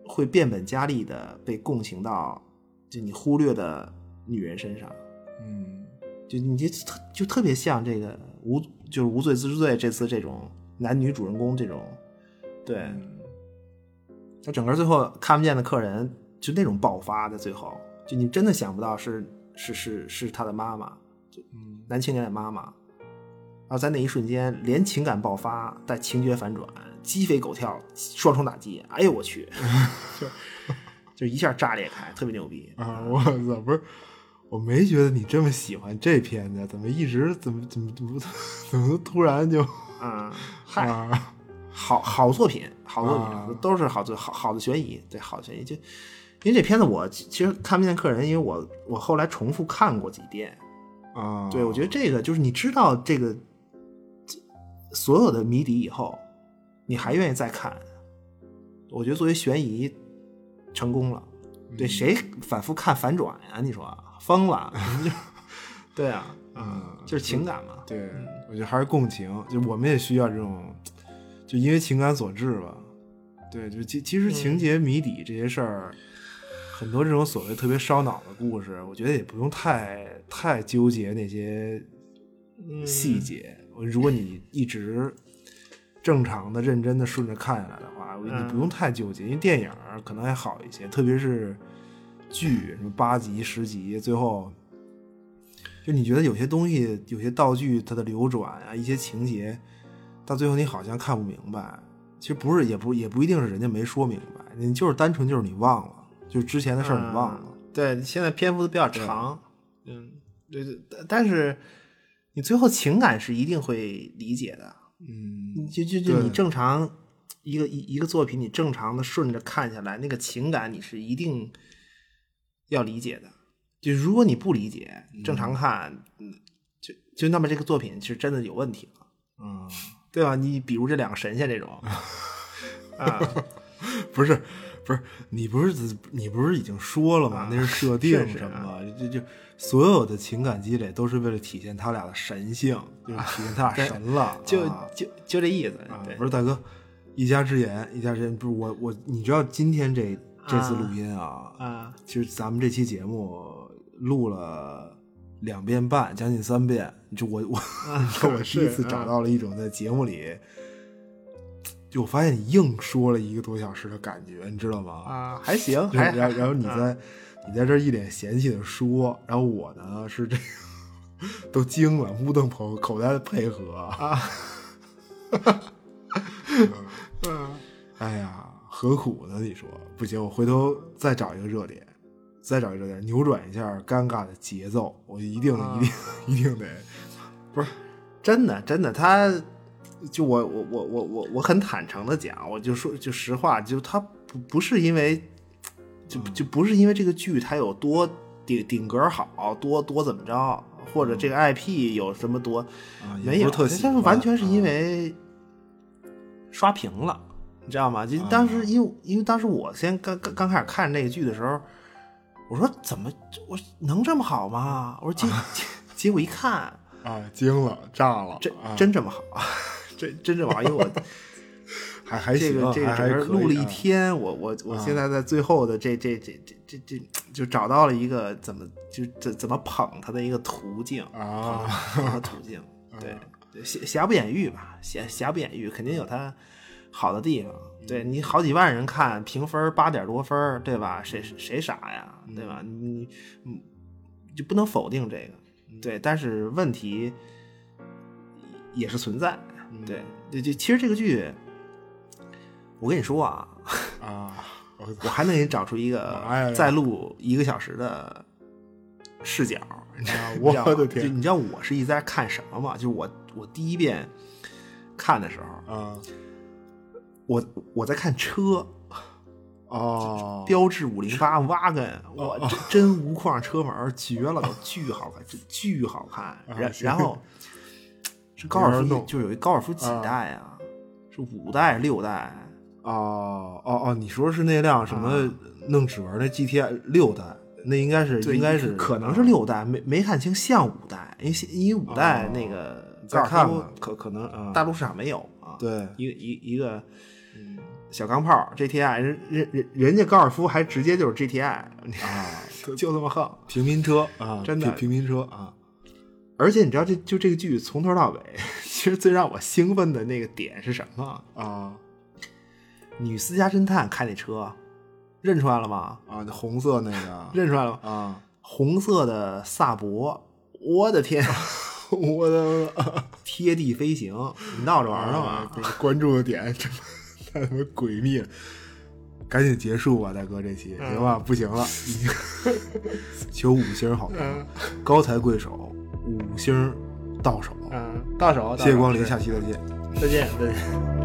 Speaker 4: 会变本加厉的被共情到，就你忽略的女人身上，
Speaker 2: 嗯
Speaker 4: 就你就特就特别像这个无就是无罪之罪这次这种男女主人公这种，对，
Speaker 2: 嗯
Speaker 4: 他整个最后看不见的客人就那种爆发的最后，就你真的想不到是是是是他的妈妈，就
Speaker 2: 嗯
Speaker 4: 男青年的妈妈，然后在那一瞬间连情感爆发带情节反转，鸡飞狗跳，双重打击，哎呦我 去，就就一下炸裂开，特别牛逼。
Speaker 2: 啊，我操，不是。我没觉得你这么喜欢这片子，怎么一直怎么怎么怎么 怎么突然就
Speaker 4: 嗯，嗨，
Speaker 2: 啊
Speaker 4: 好好作品，好作品、
Speaker 2: 啊
Speaker 4: 都是好作好好的悬疑，对，好的悬疑。就因为这片子我其其实看不见客人，因为我我后来重复看过几遍，
Speaker 2: 啊？
Speaker 4: 对，我觉得这个就是你知道这个这所有的谜底以后，你还愿意再看。我觉得作为悬疑成功了，对
Speaker 2: 嗯
Speaker 4: 谁反复看反转呀、你说疯 了？对啊，
Speaker 2: 嗯
Speaker 4: 就是情感嘛。
Speaker 2: 对，
Speaker 4: 嗯
Speaker 2: 我觉得还是共情，就我们也需要这种，就因为情感所致吧。对，就其其实情节谜底这些事儿，很多这种所谓特别烧脑的故事，我觉得也不用太太纠结那些
Speaker 4: 嗯
Speaker 2: 细节。我如果你一直正常的、认真的顺着看下来的话，我觉得
Speaker 4: 嗯
Speaker 2: 你不用太纠结，因为电影儿可能还好一些，特别是剧什么八集、十集，最后就你觉得有些东西、有些道具它的流转啊，一些情节，到最后你好像看不明白。其实不是，也不也不一定是人家没说明白，你就是单纯就是你忘了，就是之前的事儿你忘了。
Speaker 4: 嗯对，现在篇幅都比较长，嗯，对对，但但是你最后情感是一定会理解的，
Speaker 2: 嗯
Speaker 4: 你就就就
Speaker 2: 对
Speaker 4: 你正常一个一一个作品，你正常的顺着看下来，那个情感你是一定要理解的。就如果你不理解，正常看，嗯，就就那么这个作品是真的有问题了，
Speaker 2: 嗯，
Speaker 4: 对吧？你比如这两个神仙这 种，啊，
Speaker 2: 不是，不是，你不是自你不是已经说了吗？
Speaker 4: 啊
Speaker 2: 那是设定
Speaker 4: 是是
Speaker 2: 什么的，就就所有的情感积累都是为了体现他俩的神性，就是体现他俩神了。
Speaker 4: 就
Speaker 2: 啊
Speaker 4: 就就这意思
Speaker 2: 啊，
Speaker 4: 对
Speaker 2: 不，是大哥，一家之言，一家之言，不是我我，你知道今天这这次录音啊，
Speaker 4: 啊，
Speaker 2: 其实咱们这期节目录了两遍半，将近三遍。就我 我，你知道
Speaker 4: 啊
Speaker 2: 我第一次
Speaker 4: 嗯
Speaker 2: 找到了一种在节目里，就我发现你硬说了一个多小时的感觉，你知道吗？
Speaker 4: 啊，还行，
Speaker 2: 然
Speaker 4: 还嗯
Speaker 2: 后然后然后你在、你在这儿一脸嫌弃的说，然后我呢是这个都惊了，目瞪口口呆的配合啊。 嗯，哎呀，何苦呢？你说不行，我回头再找一个热点，
Speaker 4: 啊
Speaker 2: 再找一个热点，扭转一下尴尬的节奏，我一定、一定一定得
Speaker 4: 真的真的，他就我我我我我我很坦诚的讲，我就说就实话，就他不不是因为就
Speaker 1: 嗯
Speaker 4: 就不是因为这个剧它有多顶顶格好，多多怎么着，或者这个 IP 有什么多
Speaker 1: 嗯啊，也
Speaker 4: 没有，
Speaker 1: 不是特喜
Speaker 4: 但
Speaker 1: 欢
Speaker 4: 是完全是因
Speaker 1: 啊
Speaker 4: 为刷屏了，你知道吗？
Speaker 1: 啊
Speaker 4: 就当时因为因为当时我先刚刚刚开始看这个剧的时候，我说怎么我说能这么好 吗？我说结结结果一看。
Speaker 2: 啊，惊了，炸了，
Speaker 4: 真
Speaker 2: 啊
Speaker 4: 真这么好，真真这么好，因为我
Speaker 2: 还 还
Speaker 4: 这
Speaker 2: 行
Speaker 4: 个
Speaker 2: 啊，
Speaker 4: 这个
Speaker 2: 还
Speaker 4: 整
Speaker 2: 还
Speaker 4: 个
Speaker 2: 可以
Speaker 4: 录了一
Speaker 2: 啊
Speaker 4: 天，我我我
Speaker 2: 啊
Speaker 4: 现在在最后的这这这这这这就找到了一个怎么就怎怎么捧他的一个途径
Speaker 2: 啊，嗯
Speaker 4: 怎么途径，对，对瑕瑕不掩瑜吧，瑕瑕不掩瑜，肯定有他好的地方。
Speaker 2: 嗯
Speaker 4: 对你好几万人看，评分八点多分儿，对吧？谁
Speaker 2: 嗯
Speaker 4: 谁傻呀，对吧？你你就不能否定这
Speaker 2: 嗯
Speaker 4: 个，对。但是问题也是存在，
Speaker 2: 嗯
Speaker 4: 对对就其实这个剧，我跟你说啊，
Speaker 2: 啊，我
Speaker 4: 我还能给你找出一个
Speaker 2: 哎呀
Speaker 4: 再录一个小时的视角。
Speaker 2: 啊
Speaker 4: 你
Speaker 2: 我
Speaker 4: 知道
Speaker 2: 的
Speaker 4: 吗就
Speaker 2: 天
Speaker 4: 你知道我是一直在看什么吗？就是我我第一遍看的时候，
Speaker 2: 啊
Speaker 4: 我我在看车，
Speaker 2: 哦，
Speaker 4: 标致五零八 wagon，我真 真无框车门，绝了都，巨好看，这巨好看。然
Speaker 2: 啊行
Speaker 4: 然后这高尔
Speaker 2: 有点
Speaker 4: 夫
Speaker 2: 弄
Speaker 4: 就有一高尔夫几代啊？是五代六代？
Speaker 2: 哦哦哦，你说是那辆什么
Speaker 4: 啊
Speaker 2: 弄指纹那 GTI 六代，那应该是
Speaker 4: 对
Speaker 2: 应该是啊
Speaker 4: 可能是六代，没没看清像五代，因为因为五
Speaker 2: 哦
Speaker 4: 代那个高
Speaker 2: 再
Speaker 4: 尔
Speaker 2: 看
Speaker 4: 夫
Speaker 2: 看，可可能啊，
Speaker 4: 大陆市场没有啊。
Speaker 2: 对
Speaker 4: 一个一一个小钢炮 GTI，人人人人家高尔夫还直接就是 GTI 啊，就这么横。
Speaker 2: 平民车啊，
Speaker 4: 真的
Speaker 2: 平平民车啊，
Speaker 4: 而且你知道这就这个剧从头到尾， 其实最让我兴奋的那个点是什么？
Speaker 2: 啊
Speaker 4: 女私家侦探开那车，认出来了吗？
Speaker 2: 啊，那红色那个
Speaker 4: 认出来了吗？
Speaker 2: 啊，
Speaker 4: 红色的萨博，我的天，
Speaker 2: 我的
Speaker 4: 贴地飞行，你闹着玩儿呢
Speaker 2: 啊
Speaker 4: 吧？，
Speaker 2: 不是关注的点真 的太他妈诡秘了。赶紧结束吧，大哥，这
Speaker 4: 嗯
Speaker 2: 期行吧？不 行了，已经求五星好评，
Speaker 4: 嗯
Speaker 2: 高抬贵手，五星到手。
Speaker 4: 嗯，到手，
Speaker 2: 谢谢光临，下期再见。
Speaker 4: 再见，再见。